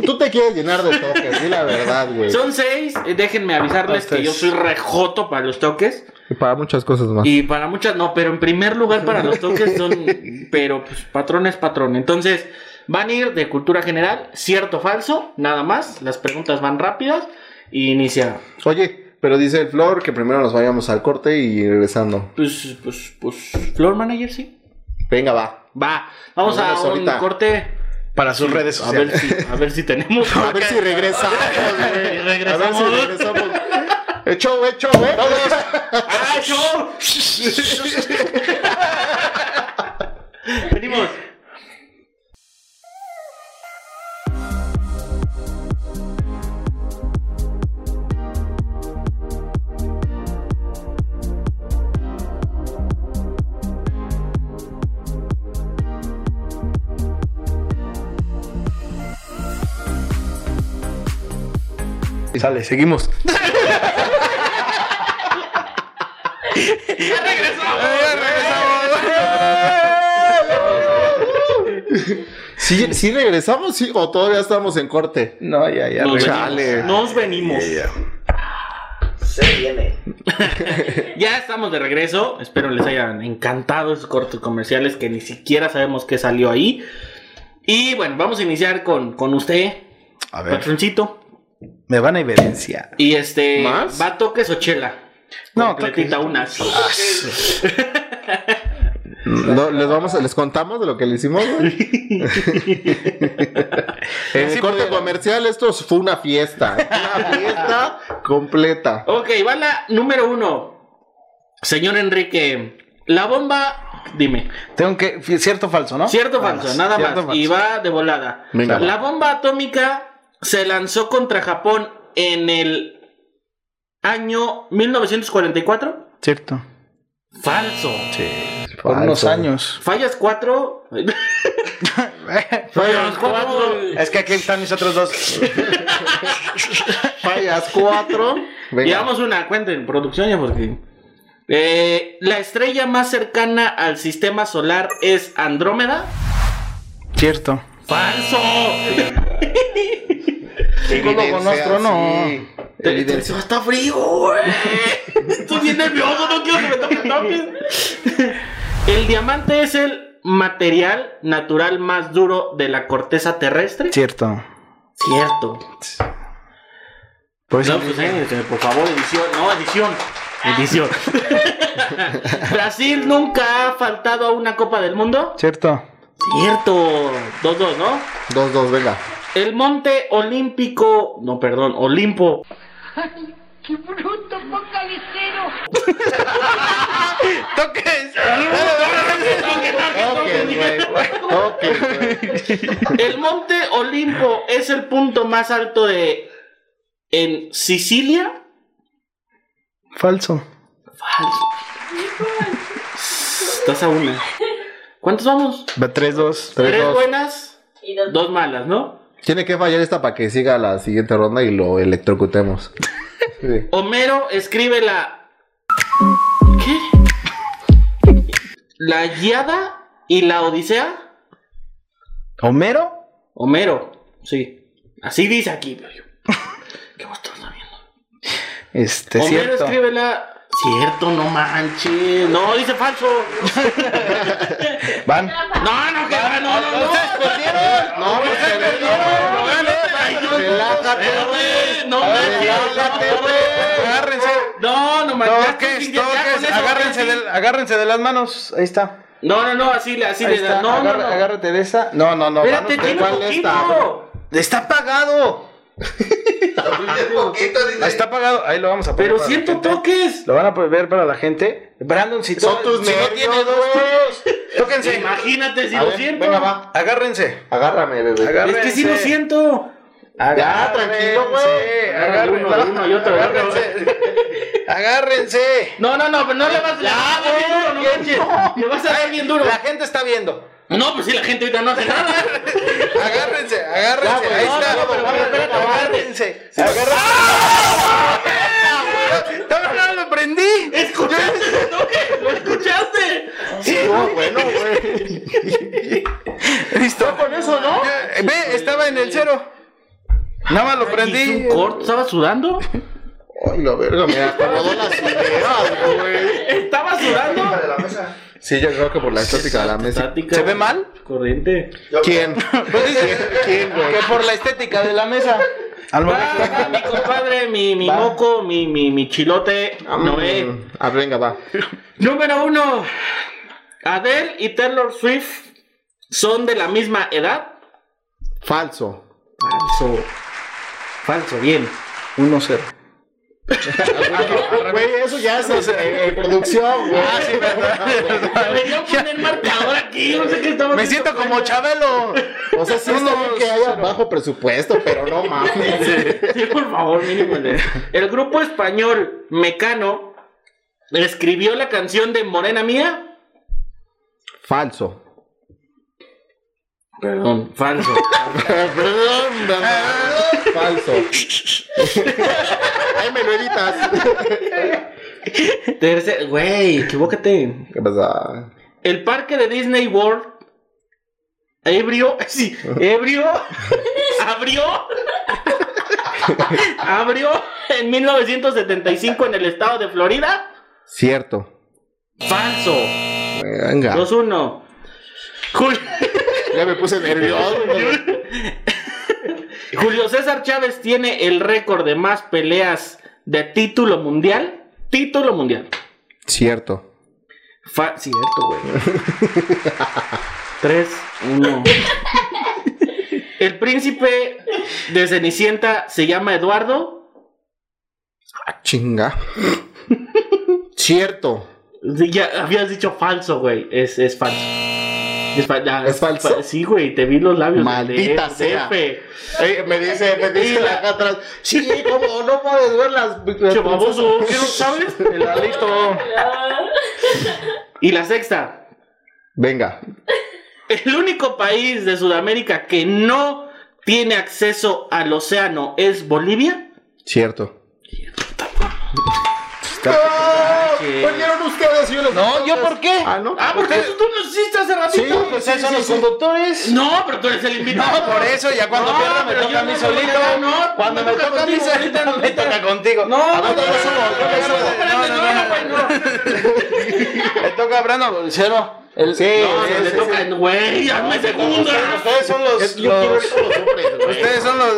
Speaker 2: Tú te quieres llenar de toques, di la verdad, güey.
Speaker 1: Son seis, eh, déjenme avisarles que yo soy rejoto para los toques.
Speaker 2: Y para muchas cosas más.
Speaker 1: Y para muchas, no, pero en primer lugar para los toques son,
Speaker 3: (laughs)
Speaker 1: pero pues patrón es patrón. Entonces, van a ir de cultura general, cierto o falso, nada más. Las preguntas van rápidas y inicia.
Speaker 2: Oye, pero dice el Flor que primero nos vayamos al corte y regresando.
Speaker 1: Pues, pues, pues, floor manager, sí.
Speaker 2: Venga, va.
Speaker 1: Va, vamos
Speaker 2: Nos
Speaker 1: a
Speaker 2: vemos
Speaker 1: un
Speaker 2: ahorita.
Speaker 1: corte.
Speaker 3: Para sus redes
Speaker 1: A ver,
Speaker 3: sociales.
Speaker 1: si, a ver si tenemos.
Speaker 3: (laughs)
Speaker 2: A ver si regresamos, güey. A ver si
Speaker 1: Eh, Regresamos.
Speaker 2: regresamos. Eh, Hecho, hecho, güey.
Speaker 1: ¡Ah, yo! (laughs) Venimos. (laughs)
Speaker 3: Sale, seguimos.
Speaker 1: Eh,
Speaker 2: ¿Sí, sí regresamos sí, o todavía estamos en corte?
Speaker 3: No, ya, ya.
Speaker 1: Nos
Speaker 3: regresamos.
Speaker 2: Chale.
Speaker 1: venimos. Nos venimos. Ya estamos de regreso. Espero les hayan encantado esos cortos comerciales que ni siquiera sabemos qué salió ahí. Y bueno, vamos a iniciar con, con usted,
Speaker 3: A ver.
Speaker 1: patroncito.
Speaker 3: Me van a evidenciar.
Speaker 1: Y este,
Speaker 2: ¿Más?
Speaker 1: ¿va a toques o chela?
Speaker 3: No,
Speaker 1: Completita una.
Speaker 2: No, les vamos a- les contamos de lo que le hicimos, (laughs) güey. en el corte comercial esto fue una (laughs) fiesta. Una fiesta completa.
Speaker 1: Ok, va la número uno. Señor Enrique, la bomba, dime.
Speaker 3: Tengo que. Cierto o falso, ¿no? Ah,
Speaker 1: Cierto o falso, nada
Speaker 3: Cierto o
Speaker 1: más. Y
Speaker 3: falso.
Speaker 1: va de volada.
Speaker 2: Venga,
Speaker 1: La bomba atómica se lanzó contra Japón en el año 1944.
Speaker 3: Cierto.
Speaker 1: Falso.
Speaker 3: Por unos
Speaker 2: Falso.
Speaker 3: años.
Speaker 1: Fallas cuatro. Fallas cuatro.
Speaker 3: es que aquí están mis otros dos.
Speaker 2: Fallas
Speaker 1: (laughs)
Speaker 2: cuatro. Venga.
Speaker 1: Llevamos una cuenta en producción ya porque. Eh, la estrella más cercana al sistema solar es Andrómeda.
Speaker 3: Cierto.
Speaker 1: Falso.
Speaker 3: Psicólogo nuestro, no.
Speaker 2: sí. Evidencia.
Speaker 1: Está frío. güey. Estoy bien nervioso, no quiero que me toquen toques. El diamante es el material natural más duro de la corteza terrestre.
Speaker 3: Cierto.
Speaker 1: Cierto.
Speaker 3: Por
Speaker 1: No,
Speaker 3: eso.
Speaker 1: pues, eh, por favor, edición. No, edición. Edición. (laughs) Brasil nunca ha faltado a una Copa del Mundo.
Speaker 3: Cierto.
Speaker 1: Cierto. 2-2, ¿no?
Speaker 2: Dos, dos, venga.
Speaker 1: El monte olímpico. No, perdón, Olimpo.
Speaker 3: Toques.
Speaker 2: Ok, güey. Ok, güey.
Speaker 1: El monte Olimpo es el punto más alto de. En Sicilia.
Speaker 3: Falso.
Speaker 1: Estás a una. ¿Cuántos vamos?
Speaker 3: Va 3-2.
Speaker 2: Tres,
Speaker 1: Tres
Speaker 2: dos.
Speaker 1: buenas, dos malas, ¿no?
Speaker 2: Tiene que fallar esta para que siga la siguiente ronda y lo electrocutemos. Sí.
Speaker 1: Homero escribe la. ¿Qué? La guiada y la odisea.
Speaker 3: ¿Homero?
Speaker 1: Homero, sí. Así dice aquí, pero yo. ¿Qué vos estás sabiendo?
Speaker 3: Este,
Speaker 1: Homero
Speaker 3: cierto.
Speaker 1: escribe la. Cierto, no manches. No, dice falso.
Speaker 3: Van.
Speaker 1: No, no, que no, no, no.
Speaker 2: No, pues, se
Speaker 1: No, no, no, no, no, no.
Speaker 2: Relájate,
Speaker 1: Eh, No,
Speaker 2: relájate,
Speaker 1: no, no, no.
Speaker 3: Agárrense.
Speaker 1: No, no manches.
Speaker 3: Toques, toques. Agárrense de, agárrense de las manos. Ahí está.
Speaker 1: No, no, no, así le, así
Speaker 3: Ahí
Speaker 1: le da.
Speaker 3: está.
Speaker 1: No, no,
Speaker 3: Agarra-
Speaker 1: no.
Speaker 3: Agárrate de esa. No, no, no.
Speaker 1: Espérate,
Speaker 3: Van ustedes.
Speaker 1: tiene un
Speaker 2: ¿cuál
Speaker 1: poquito.
Speaker 3: Está apagado.
Speaker 2: Bien poquito, dice.
Speaker 3: Ahí está apagado, ahí lo vamos a poner.
Speaker 1: Pero
Speaker 3: para la
Speaker 1: siento
Speaker 3: gente.
Speaker 1: toques.
Speaker 3: Lo van a ver para la gente. Brandon, si,
Speaker 2: Son
Speaker 3: to-
Speaker 2: tus
Speaker 3: si
Speaker 2: nervios,
Speaker 3: no tienes dos
Speaker 2: güey.
Speaker 1: (laughs)
Speaker 3: tuyos, tóquense.
Speaker 1: Imagínate si
Speaker 2: A
Speaker 1: lo
Speaker 2: ver,
Speaker 1: siento.
Speaker 2: Venga, va.
Speaker 3: Agárrense.
Speaker 2: Agárrame, bebé.
Speaker 3: Agárrense.
Speaker 1: Es que sí lo siento.
Speaker 2: Ya, tranquilo, güey.
Speaker 1: Agarra
Speaker 3: Agárrense.
Speaker 1: uno de uno y otro de otro.
Speaker 3: Agárrense. Agárrense.
Speaker 1: No, no, no, pero no le vas a dar bien duro, no manches. Le vas a dar bien duro.
Speaker 3: La gente está viendo.
Speaker 1: No, pues si la gente ahorita no hace nada.
Speaker 3: Agárrense, agárrense.
Speaker 2: Ya, pues,
Speaker 3: ahí
Speaker 2: no,
Speaker 3: está.
Speaker 2: no, no, pero, pero, pero, pero,
Speaker 3: agárrense. Agárrense. No, no, no, lo prendí.
Speaker 1: ¿Escuchaste ese toque? ¿Lo escuchaste?
Speaker 2: Sí, no, bueno, güey.
Speaker 3: Listo.
Speaker 1: Con eso, ¿no?
Speaker 3: Eh, Ve, estaba en el cero. Nada más lo prendí.
Speaker 1: ¿Y su corto? ¿Estaba sudando?
Speaker 2: Ay, la verga, me acomodó las ideas, güey.
Speaker 1: ¿Estaba sudando?
Speaker 6: de la mesa.
Speaker 2: Sí, yo creo que por la estética de la mesa.
Speaker 1: Estática.
Speaker 3: ¿Se ve mal?
Speaker 1: Corriente.
Speaker 2: (laughs) ¿Quién?
Speaker 3: Pues dice
Speaker 2: ¿Quién, güey?
Speaker 3: que por la estética de la mesa. Al
Speaker 1: Va, va, mi compadre, mi, mi moco, mi, mi, mi chilote, Noé.
Speaker 2: Mm, Ah, venga, va.
Speaker 1: Número uno. Adele y Taylor Swift son de la misma edad.
Speaker 2: Falso.
Speaker 1: Falso. Falso, bien.
Speaker 3: 1-0.
Speaker 2: Güey, eso ya es eh, eh, producción, güey.
Speaker 3: Ah, sí, verdad.
Speaker 1: Debería poner marcador aquí, no sé qué estamos
Speaker 3: Me siento como Chabelo.
Speaker 2: O sea, sí está bien que haya bajo presupuesto, pero no mames.
Speaker 1: Sí, por favor, mínimo. el- El grupo español Mecano escribió la canción de Morena Mía.
Speaker 2: Falso.
Speaker 1: Perdón, falso.
Speaker 2: Perdón, mamá. Falso. Ahí me lo editas.
Speaker 1: Tercer, güey, equivócate.
Speaker 2: ¿Qué pasa?
Speaker 1: El parque de Disney World. Ebrio, (laughs) sí, ebrio, abrió, abrió en 1975 en el estado de Florida.
Speaker 2: Cierto.
Speaker 1: Falso,
Speaker 2: Venga.
Speaker 1: 2-1. Jul-
Speaker 2: Ya me puse nervioso. güey.
Speaker 1: Julio César Chávez tiene el récord de más peleas de título mundial. Título mundial.
Speaker 2: Cierto.
Speaker 1: Fa- Cierto, güey.
Speaker 2: (laughs)
Speaker 1: 3, 1. El príncipe de Cenicienta se llama Eduardo.
Speaker 2: Ah, chinga. Cierto.
Speaker 1: Sí, Ya habías dicho falso, güey. Es, es falso. Es, fa- ya,
Speaker 2: ¿Es falso?
Speaker 1: fa- Sí, güey, te vi los labios. de-
Speaker 2: Maldita
Speaker 1: de-
Speaker 2: sea.
Speaker 1: F.
Speaker 2: Eh, me dice, me dice la acá atrás. Sí, como no puedes ver las. las-
Speaker 1: Che, baboso, ¿qué no sabes?
Speaker 3: El alito.
Speaker 1: Y la sexta.
Speaker 2: Venga.
Speaker 1: El único país de Sudamérica que no tiene acceso al océano es Bolivia.
Speaker 2: Cierto.
Speaker 1: Ah,
Speaker 2: ustedes y yo los-
Speaker 3: No,
Speaker 1: pues,
Speaker 3: ¿yo por qué?
Speaker 2: Ah, no.
Speaker 1: porque eso tú lo hiciste hace
Speaker 2: Sí,
Speaker 1: ratito.
Speaker 2: pues sí, sí, sí.
Speaker 3: conductores.
Speaker 1: No, pero tú eres el invitado.
Speaker 3: No, por eso, ya cuando
Speaker 1: No,
Speaker 3: pierda me
Speaker 1: pero
Speaker 3: toca
Speaker 1: yo
Speaker 3: a mí
Speaker 1: no te voy a
Speaker 3: solito.
Speaker 1: dar, no,
Speaker 3: cuando
Speaker 1: me
Speaker 3: me
Speaker 1: toca
Speaker 3: toca a mí
Speaker 1: contigo, ahorita,
Speaker 3: solito, me
Speaker 1: ahorita.
Speaker 3: toca contigo.
Speaker 1: No,
Speaker 3: A ver,
Speaker 1: no,
Speaker 3: yo
Speaker 1: no,
Speaker 3: le subo,
Speaker 1: no,
Speaker 3: yo le
Speaker 1: no,
Speaker 3: subo.
Speaker 1: no, espérame,
Speaker 3: No,
Speaker 1: no,
Speaker 3: no,
Speaker 1: no,
Speaker 3: no.
Speaker 1: güey, no.
Speaker 3: Me toca a Brandon, cero. El,
Speaker 2: Sí,
Speaker 1: No,
Speaker 2: sí,
Speaker 1: le
Speaker 2: sí,
Speaker 1: toca- güey, hazme segunda.
Speaker 3: ustedes, ustedes son los.
Speaker 2: Es que yo quiero
Speaker 3: los-
Speaker 2: ver con los hombres, güey.
Speaker 3: ustedes son los.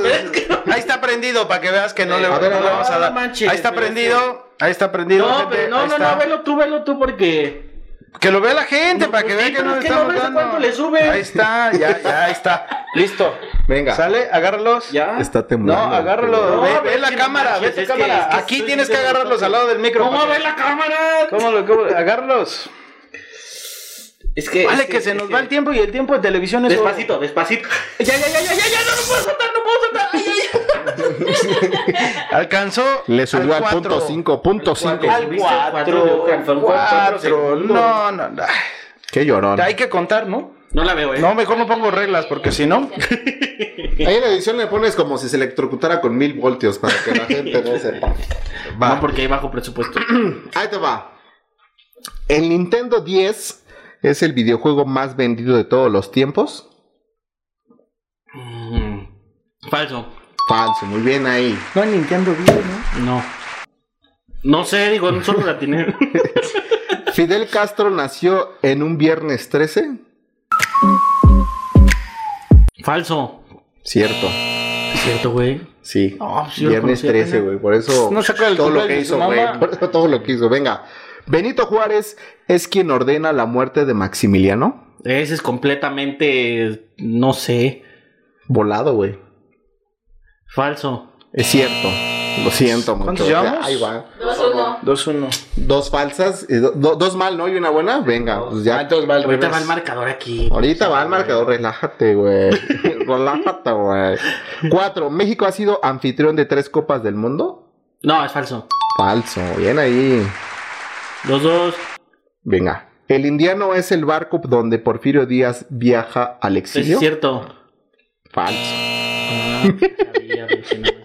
Speaker 3: Ahí está prendido para que veas que no le,
Speaker 2: A ver,
Speaker 3: no
Speaker 2: a
Speaker 3: le
Speaker 2: ver,
Speaker 3: vamos a
Speaker 1: no
Speaker 3: dar.
Speaker 1: manches,
Speaker 3: ahí está
Speaker 1: pero es
Speaker 3: prendido. Ahí está prendido.
Speaker 1: No,
Speaker 3: gente,
Speaker 1: pero no,
Speaker 3: ahí
Speaker 1: no,
Speaker 3: está.
Speaker 1: no, velo tú, velo tú, porque.
Speaker 3: Que lo vea la gente para que
Speaker 1: pues
Speaker 3: vea
Speaker 1: sí,
Speaker 3: que
Speaker 1: pero
Speaker 3: no
Speaker 1: es
Speaker 3: le
Speaker 1: que no
Speaker 3: estamos
Speaker 1: ves
Speaker 3: dando.
Speaker 1: cuánto le sube.
Speaker 3: Ahí está, ya, ya, ahí está.
Speaker 1: (laughs)
Speaker 3: Listo.
Speaker 2: Venga.
Speaker 3: ¿Sale? Agárralos.
Speaker 1: Ya.
Speaker 2: Está
Speaker 3: No,
Speaker 2: temblando.
Speaker 3: agárralo.
Speaker 1: No,
Speaker 3: ve,
Speaker 1: pero
Speaker 3: ve
Speaker 1: es
Speaker 3: la
Speaker 1: que no
Speaker 3: cámara,
Speaker 1: manches,
Speaker 3: ve
Speaker 1: es
Speaker 3: tu
Speaker 1: que-
Speaker 3: cámara.
Speaker 1: es que
Speaker 3: Aquí
Speaker 1: estoy
Speaker 3: tienes que
Speaker 1: diciendo
Speaker 3: agarrarlos
Speaker 1: cosas.
Speaker 3: al lado del micro.
Speaker 1: ¿Cómo
Speaker 3: para
Speaker 1: ve
Speaker 3: que-
Speaker 1: la cámara?
Speaker 3: ¿Cómo lo, cómo? Agárralos.
Speaker 1: Es que.
Speaker 3: Vale,
Speaker 1: es
Speaker 3: que, se
Speaker 1: es
Speaker 3: nos
Speaker 1: que-
Speaker 3: va el tiempo y el tiempo de televisión es.
Speaker 1: Despacito, despacito. Ya, ya, ya, ya, ya, ya, no lo puedo soltar, no puedo soltar. Ay, ay, ay.
Speaker 3: Alcanzó.
Speaker 2: Le subió al
Speaker 3: cuatro.
Speaker 2: punto 5, punto 5.
Speaker 3: Al
Speaker 1: Subiste cuatro, Juan, son
Speaker 3: cuatro.
Speaker 1: cuatro
Speaker 3: Cuatro.
Speaker 1: segundos.
Speaker 3: No, no, no.
Speaker 2: Qué llorón.
Speaker 3: Hay que contar, ¿no?
Speaker 1: No la veo, eh.
Speaker 3: No, mejor no pongo reglas, porque si no.
Speaker 2: Ahí en la edición le pones como si se electrocutara con mil voltios para que la gente
Speaker 1: (laughs)
Speaker 2: no sepa.
Speaker 1: No, porque hay bajo presupuesto.
Speaker 2: Ahí te va. El Nintendo 10 es el videojuego más vendido de todos los tiempos.
Speaker 1: Mm, Falso.
Speaker 2: Falso, muy bien ahí.
Speaker 3: No Nintendo bien, ¿no?
Speaker 1: No. No sé, digo, no solo la tiene.
Speaker 2: Fidel Castro nació en un viernes 13.
Speaker 1: Falso.
Speaker 2: Cierto,
Speaker 1: Cierto, güey.
Speaker 2: sí.
Speaker 3: Ah,
Speaker 1: No,
Speaker 3: pues
Speaker 1: sí lo
Speaker 2: viernes
Speaker 1: conocí
Speaker 2: 13,
Speaker 1: apenas.
Speaker 2: güey. Por eso
Speaker 3: No saca el
Speaker 2: todo lo
Speaker 3: cumpleaños
Speaker 2: que
Speaker 3: de su
Speaker 2: hizo, güey.
Speaker 3: mamá.
Speaker 2: Por eso todo lo que hizo. Venga. Benito Juárez es quien ordena la muerte de Maximiliano.
Speaker 1: Ese es completamente. No sé.
Speaker 2: Volado, güey.
Speaker 1: Falso.
Speaker 2: Es cierto. Lo siento mucho.
Speaker 3: ¿Cuántos llevamos?
Speaker 2: Ahí va.
Speaker 6: 2-1.
Speaker 3: 2-1.
Speaker 2: Dos falsas, eh, do- do- dos mal, ¿no? Y una buena. Venga, pues ya.
Speaker 3: entonces va al
Speaker 1: Ahorita
Speaker 3: revés.
Speaker 1: va el marcador aquí.
Speaker 2: Ahorita va el marcador, relájate,
Speaker 3: (laughs)
Speaker 2: güey. relájate, güey. Cuatro, México ha sido anfitrión de tres copas del mundo.
Speaker 1: No, es falso.
Speaker 2: Falso, bien ahí.
Speaker 1: Los dos.
Speaker 2: Venga. El indiano es el barco donde Porfirio Díaz viaja al
Speaker 1: Es
Speaker 2: exilio.
Speaker 1: cierto.
Speaker 2: Falso.
Speaker 1: Sabía, pinche, no, (laughs) que-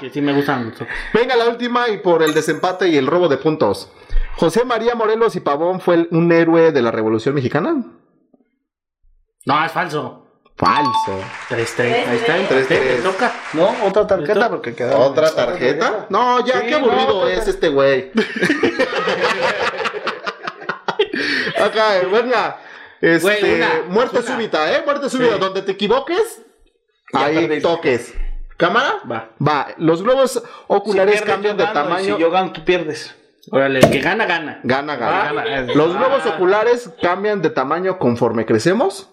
Speaker 1: que sí me gustan los ojos.
Speaker 2: Venga, la última y por el desempate y el robo de puntos. José María Morelos y Pavón fue el- un héroe de la Revolución Mexicana.
Speaker 1: No, es falso.
Speaker 2: Falso.
Speaker 1: 3-3. Ahí está.
Speaker 2: Tres, tres.
Speaker 1: Te toca.
Speaker 3: No, otra tarjeta
Speaker 1: ¿Listo?
Speaker 3: porque queda.
Speaker 2: ¿Otra tarjeta? No, ya,
Speaker 3: Sí,
Speaker 2: qué aburrido
Speaker 3: no, otra
Speaker 2: es
Speaker 3: tar-
Speaker 2: este güey. ok, eh, venga. Este,
Speaker 1: Güey, una,
Speaker 2: muerte súbita, ¿eh? Muerte súbita. Donde te equivoques,
Speaker 3: Ya
Speaker 2: ahí
Speaker 3: perdiste.
Speaker 2: toques. ¿Cámara?
Speaker 1: Va.
Speaker 2: Va. Los globos oculares cambian de tamaño.
Speaker 3: Si yo Ah, gano, tú pierdes.
Speaker 1: Órale, el que gana, gana.
Speaker 2: Gana,
Speaker 1: Va,
Speaker 2: gana.
Speaker 1: gana.
Speaker 2: Los globos
Speaker 1: Ah.
Speaker 2: oculares cambian de tamaño conforme crecemos.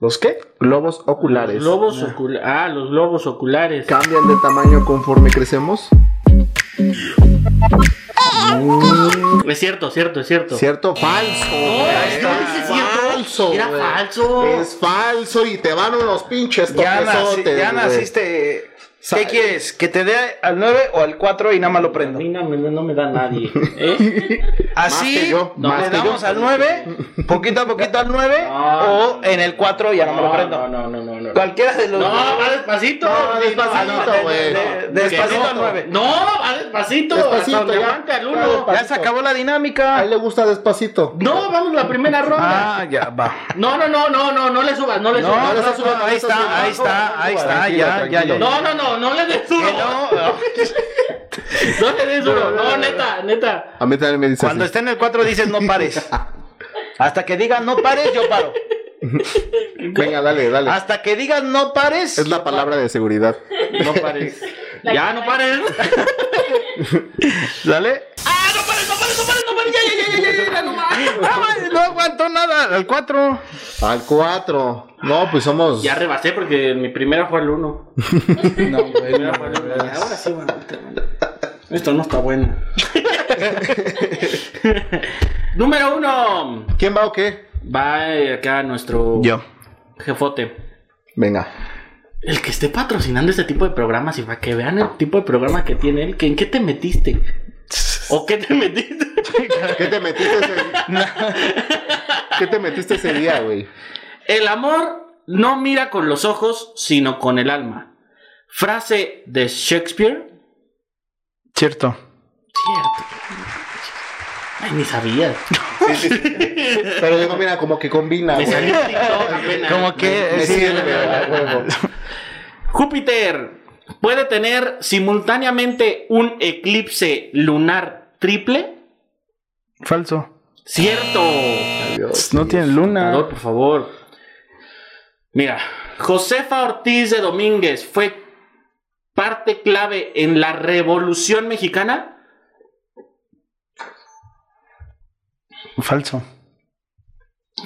Speaker 2: ¿Los qué? Globos oculares.
Speaker 1: Globos oculares. Ah, los globos oculares.
Speaker 2: cambian de tamaño conforme crecemos.
Speaker 1: Es cierto, cierto, es cierto.
Speaker 2: ¿Cierto? Falso.
Speaker 1: ahí está.
Speaker 2: Es
Speaker 1: ¿Es cierto?
Speaker 2: falso.
Speaker 1: Era
Speaker 2: güey.
Speaker 1: falso.
Speaker 2: Es falso y te van unos pinches
Speaker 3: Ya, nací-
Speaker 2: toquesotes.
Speaker 3: ya
Speaker 2: güey.
Speaker 3: naciste.
Speaker 2: Sa-
Speaker 3: ¿Qué quieres? ¿Que te dé al 9 o al 4 y nada más lo
Speaker 1: A
Speaker 3: prendo?
Speaker 1: mí no, me- no me da nadie. (laughs) ¿eh?
Speaker 3: Así
Speaker 2: que yo,
Speaker 3: no,
Speaker 2: más
Speaker 3: le
Speaker 2: que
Speaker 3: damos
Speaker 2: yo.
Speaker 3: al 9, poquito a poquito al 9
Speaker 1: No,
Speaker 3: o en el 4 ya no, me lo
Speaker 1: No,
Speaker 3: prendo.
Speaker 1: no, no, no. no.
Speaker 3: Cualquiera de los
Speaker 1: No, va despacito.
Speaker 2: No, va despacito,
Speaker 1: No, no, no,
Speaker 2: güey.
Speaker 1: no, no.
Speaker 3: Despacito al nueve.
Speaker 1: No, va despacito.
Speaker 2: Despacito,
Speaker 1: Hasta donde
Speaker 2: ya.
Speaker 1: arranca el
Speaker 2: Ya,
Speaker 1: uno.
Speaker 2: despacito.
Speaker 3: ya se acabó la
Speaker 2: A él
Speaker 3: dinámica.
Speaker 2: le gusta despacito.
Speaker 1: No, vamos a la primera ronda.
Speaker 3: Ah, ya va.
Speaker 1: No, no, no, no, no, no le subas, no le
Speaker 3: No,
Speaker 1: subas.
Speaker 3: no,
Speaker 2: le estás
Speaker 3: no,
Speaker 2: subiendo,
Speaker 3: ahí
Speaker 2: le estás
Speaker 3: está,
Speaker 2: subiendo.
Speaker 3: ahí está, ahí está,
Speaker 2: Tranquilo,
Speaker 3: ya, ya,
Speaker 2: tranquilo.
Speaker 3: ya.
Speaker 1: No, no, no, no le des duro.
Speaker 3: Que no, no.
Speaker 1: No le des duro. No, neta, neta.
Speaker 2: A mí también me dice
Speaker 3: Cuando
Speaker 2: así.
Speaker 3: esté en el 4 dices no (laughs) pares. Hasta que digan no pares, yo paro.
Speaker 2: Venga, dale, dale.
Speaker 3: Hasta que digan no pares.
Speaker 2: Es la palabra de seguridad.
Speaker 1: No pares. Ya, no
Speaker 3: (laughs)
Speaker 1: pares.
Speaker 3: ¿Dale?
Speaker 1: Ah, no pares, no pares, no pares, no pares. Ya, ya, ya, ya, ya, ya, ya, no más.
Speaker 3: Ah, no aguantó nada. Al 4.
Speaker 2: Al 4. No, pues somos.
Speaker 1: Ya rebasé porque mi primera fue el (laughs) uno.
Speaker 3: No, güey.
Speaker 1: Primera fue el uno. Ahora sí, bueno. Esto no está bueno. (laughs) Número uno.
Speaker 2: ¿Quién va o qué?
Speaker 1: Va eh, acá nuestro
Speaker 3: Yo.
Speaker 1: jefote.
Speaker 2: Venga.
Speaker 1: El que esté patrocinando este tipo de programas y para que vean el tipo de programa que tiene él, que en qué te metiste. ¿O qué te metiste?
Speaker 2: ¿Qué te metiste ese, ¿Qué te metiste ese día, güey?
Speaker 1: el amor no mira con los ojos, sino con el alma. Frase de Shakespeare.
Speaker 3: Cierto.
Speaker 1: Cierto. Ay, ni sabía.
Speaker 2: Pero digo, mira, como que combina,
Speaker 1: Me
Speaker 2: güey.
Speaker 1: salió en TikTok apenas.
Speaker 3: Como que.
Speaker 2: Me
Speaker 3: sí,
Speaker 2: sirve, a huevo.
Speaker 1: Júpiter puede tener simultáneamente un eclipse lunar triple.
Speaker 3: Falso.
Speaker 1: Cierto.
Speaker 2: Adiós.
Speaker 3: No tiene luna.
Speaker 1: Salvador, por favor. Mira, Josefa Ortiz de Domínguez fue parte clave en la Revolución Mexicana.
Speaker 3: Falso.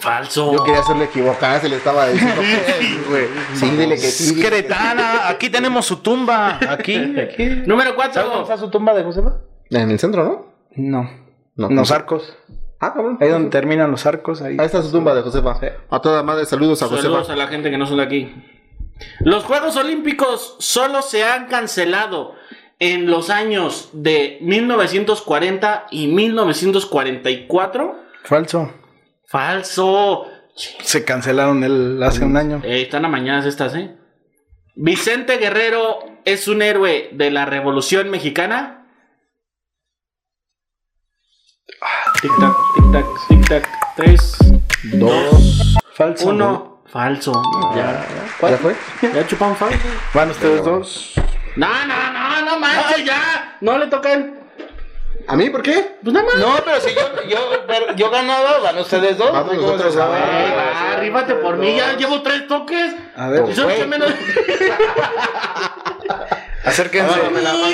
Speaker 1: Falso.
Speaker 2: Yo quería hacerle equivocar, se le estaba diciendo que sí, güey. Sí, dile que sí. dile que sí.
Speaker 3: Queretana, aquí tenemos su tumba. Aquí, aquí.
Speaker 1: Número
Speaker 3: ¿Sabes dónde
Speaker 1: 4.
Speaker 3: está su tumba de Josefa?
Speaker 2: En el centro, ¿no?
Speaker 3: No.
Speaker 2: No.
Speaker 3: En los arcos. Ah,
Speaker 2: Ah, cabrón.
Speaker 3: Ahí donde terminan los arcos. Ahí.
Speaker 2: Ahí está su tumba de Josefa. A toda madre, saludos a
Speaker 1: Saludos
Speaker 2: Josefa.
Speaker 1: a la gente que no son de aquí. Los Juegos Olímpicos solo se han cancelado en los años de 1940 y 1944.
Speaker 3: Falso.
Speaker 1: Falso.
Speaker 3: Se cancelaron el, hace un año.
Speaker 1: Eh, están amañadas estas, ¿eh? Vicente Guerrero es un héroe de la Revolución Mexicana. Tic tac, tic tac, tic tac. Tres,
Speaker 2: Dos.
Speaker 3: Falso.
Speaker 1: uno. Falso. Ya,
Speaker 2: ¿Ya fue?
Speaker 1: ya chupan falso.
Speaker 3: Van ustedes dos.
Speaker 1: No, no, no, no manches, ya. No le tocan.
Speaker 2: ¿A mí por qué?
Speaker 1: Pues nada más.
Speaker 3: No, pero si yo, yo, pero yo ganaba, van ustedes dos.
Speaker 2: Vamos
Speaker 3: Digo,
Speaker 2: nosotros
Speaker 3: a
Speaker 2: a ver.
Speaker 3: ver.
Speaker 1: Ey, va, Ah, arríbate por mí, ya llevo tres toques.
Speaker 3: A ver,
Speaker 1: Y son
Speaker 2: güey.
Speaker 1: que menos.
Speaker 3: acérquense.
Speaker 1: Ah,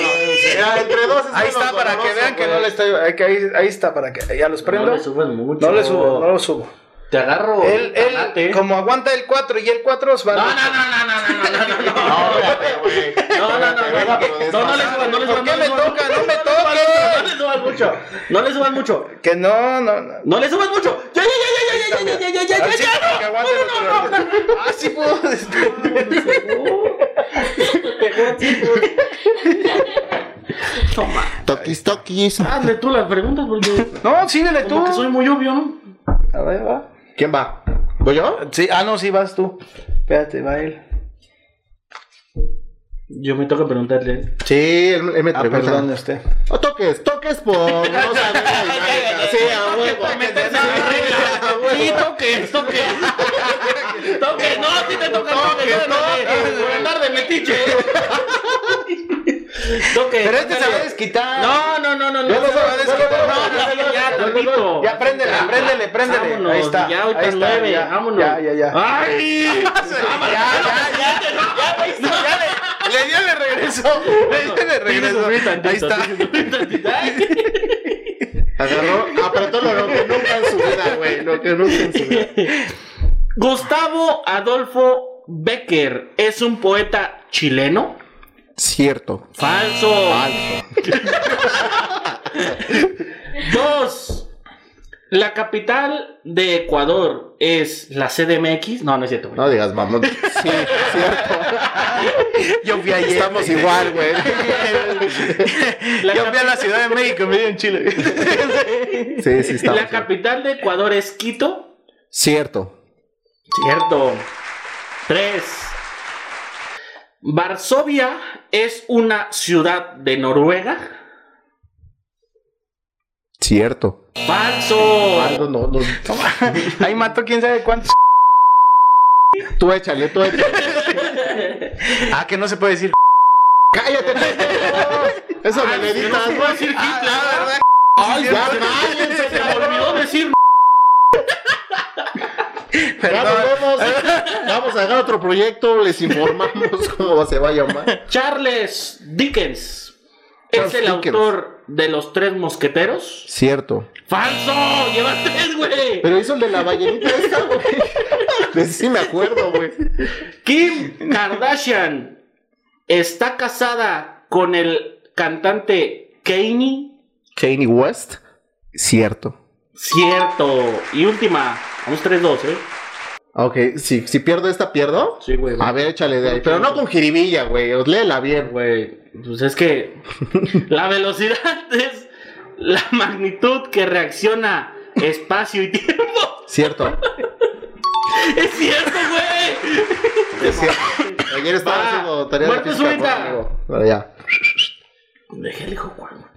Speaker 2: Ya, entre dos es
Speaker 3: Ahí está
Speaker 2: menos
Speaker 3: para que
Speaker 2: doloroso,
Speaker 3: vean que
Speaker 2: güey.
Speaker 3: no le estoy. ahí que Ahí, ahí está para que ya los prendo.
Speaker 1: subes mucho.
Speaker 3: No le subo, no lo subo.
Speaker 1: Te agarro.
Speaker 3: Él, él,
Speaker 1: tanate.
Speaker 3: como aguanta el 4 y el 4
Speaker 1: No,
Speaker 3: va
Speaker 1: no, no, no, no, no, no, no, no, no. No, no, no, no, no, no, no le subas, no le subas.
Speaker 3: ¿Por qué
Speaker 1: no le
Speaker 3: me
Speaker 1: subas.
Speaker 3: toca? ¡No
Speaker 1: No
Speaker 3: me toques!
Speaker 1: le subas mucho. No le subas mucho.
Speaker 3: Que no, no, no.
Speaker 1: No le subas mucho. Ya, ya, ya, ya, ya, ya, ya, ya, ya, ya,
Speaker 3: Así
Speaker 1: ya, ya,
Speaker 3: que
Speaker 1: no.
Speaker 3: aguante el otro lado. (laughs) Ah, sí este. puedo.
Speaker 2: Toquis, toquis.
Speaker 1: Hazle tú las preguntas (laughs) porque
Speaker 3: No, síguele tú.
Speaker 1: como que soy muy obvio, ¿no?
Speaker 3: A ver, va.
Speaker 2: ¿Quién va? ¿Voy yo?
Speaker 3: Sí, ah, no, sí, vas tú. Espérate, va él.
Speaker 1: Yo me toca preguntarle.
Speaker 2: Sí, él, él me
Speaker 3: Ah,
Speaker 2: pregunta.
Speaker 3: perdone usted.
Speaker 2: O Oh, toques, toques por no saber (laughs) la dinámica. Sí, a huevo.
Speaker 1: Sí, toque, toque. (laughs) Toque, no, si te toca toque, toque. Por andar de metiche. Toque.
Speaker 3: Pero este se va a
Speaker 1: tócale.
Speaker 3: desquitar.
Speaker 1: No, no, no, no, no.
Speaker 3: Yo no
Speaker 1: se va a
Speaker 3: sé, yo no sé,
Speaker 1: desquitar.
Speaker 3: yo no sé,
Speaker 1: No, ya,
Speaker 3: yo no sé, yo no sé.
Speaker 1: tantito.
Speaker 3: Ya, préndele, préndele, préndele.
Speaker 1: Vámonos,
Speaker 3: ahí está.
Speaker 1: Ya, ahorita
Speaker 3: ahí
Speaker 1: es
Speaker 3: está,
Speaker 1: nueve,
Speaker 3: ya,
Speaker 1: vámonos.
Speaker 3: Ya, ya, ya.
Speaker 1: ¡Ay!
Speaker 3: Le dio, le regresó. Le dio, le regresó. Ahí está.
Speaker 2: Agarró, apretó lo que nunca en su vida, güey. Lo que nunca en su vida.
Speaker 1: Gustavo Adolfo Becker es un poeta chileno.
Speaker 2: Cierto.
Speaker 1: Falso. Dos. La capital de Ecuador es la CDMX. No, no es cierto. güey.
Speaker 2: No digas, mamón. Sí, cierto.
Speaker 3: Yo fui ayer.
Speaker 2: Estamos igual, güey.
Speaker 1: La
Speaker 3: Yo fui a la Ciudad de México, me dio en Chile.
Speaker 2: Sí, sí, estamos.
Speaker 1: La capital de Ecuador es Quito.
Speaker 2: Cierto.
Speaker 1: Cierto. Tres. Varsovia es una ciudad de Noruega.
Speaker 2: Cierto.
Speaker 1: Falso.
Speaker 2: No, no, no.
Speaker 3: Ahí mató quién sabe cuántos.
Speaker 2: Tú échale, tú échale.
Speaker 3: Ah, que (laughs) no se puede decir.
Speaker 2: Cállate, pendejo. Eso me
Speaker 1: Ay,
Speaker 2: le
Speaker 1: que no se puede decir Hitler.
Speaker 3: Ah,
Speaker 2: Ay, ya, cállense,
Speaker 1: Se me olvidó decir.
Speaker 2: Ya nos vemos. Vamos a dejar otro proyecto. Les informamos (laughs) cómo se va a llamar.
Speaker 1: Charles Dickens es
Speaker 2: Charles
Speaker 1: el
Speaker 2: Dickens.
Speaker 1: autor de Los Tres Mosqueteros.
Speaker 2: Cierto.
Speaker 1: Falso. Lleva tres, güey.
Speaker 2: Pero hizo el de la ballenita esta, güey. De ese sí me acuerdo, güey.
Speaker 1: Kim Kardashian está casada con el cantante Kanye.
Speaker 2: Kanye West. Cierto.
Speaker 1: Cierto. Y última. Vamos 3-2, ¿eh?
Speaker 2: Ok, si, si pierdo esta, pierdo.
Speaker 1: Sí, güey.
Speaker 2: A ver, échale de ahí. Pero no con jiribilla, güey. Os léela bien, güey.
Speaker 1: Güey, pues es (laughs) que la velocidad es la magnitud que reacciona espacio y tiempo.
Speaker 2: Cierto.
Speaker 1: Es cierto, güey.
Speaker 2: Es cierto. Ayer estaba
Speaker 1: Va.
Speaker 2: haciendo tarea de
Speaker 1: Muerte
Speaker 2: física con un
Speaker 1: súbita.
Speaker 2: amigo. Pero ya.
Speaker 1: Dejé el hijo Juan.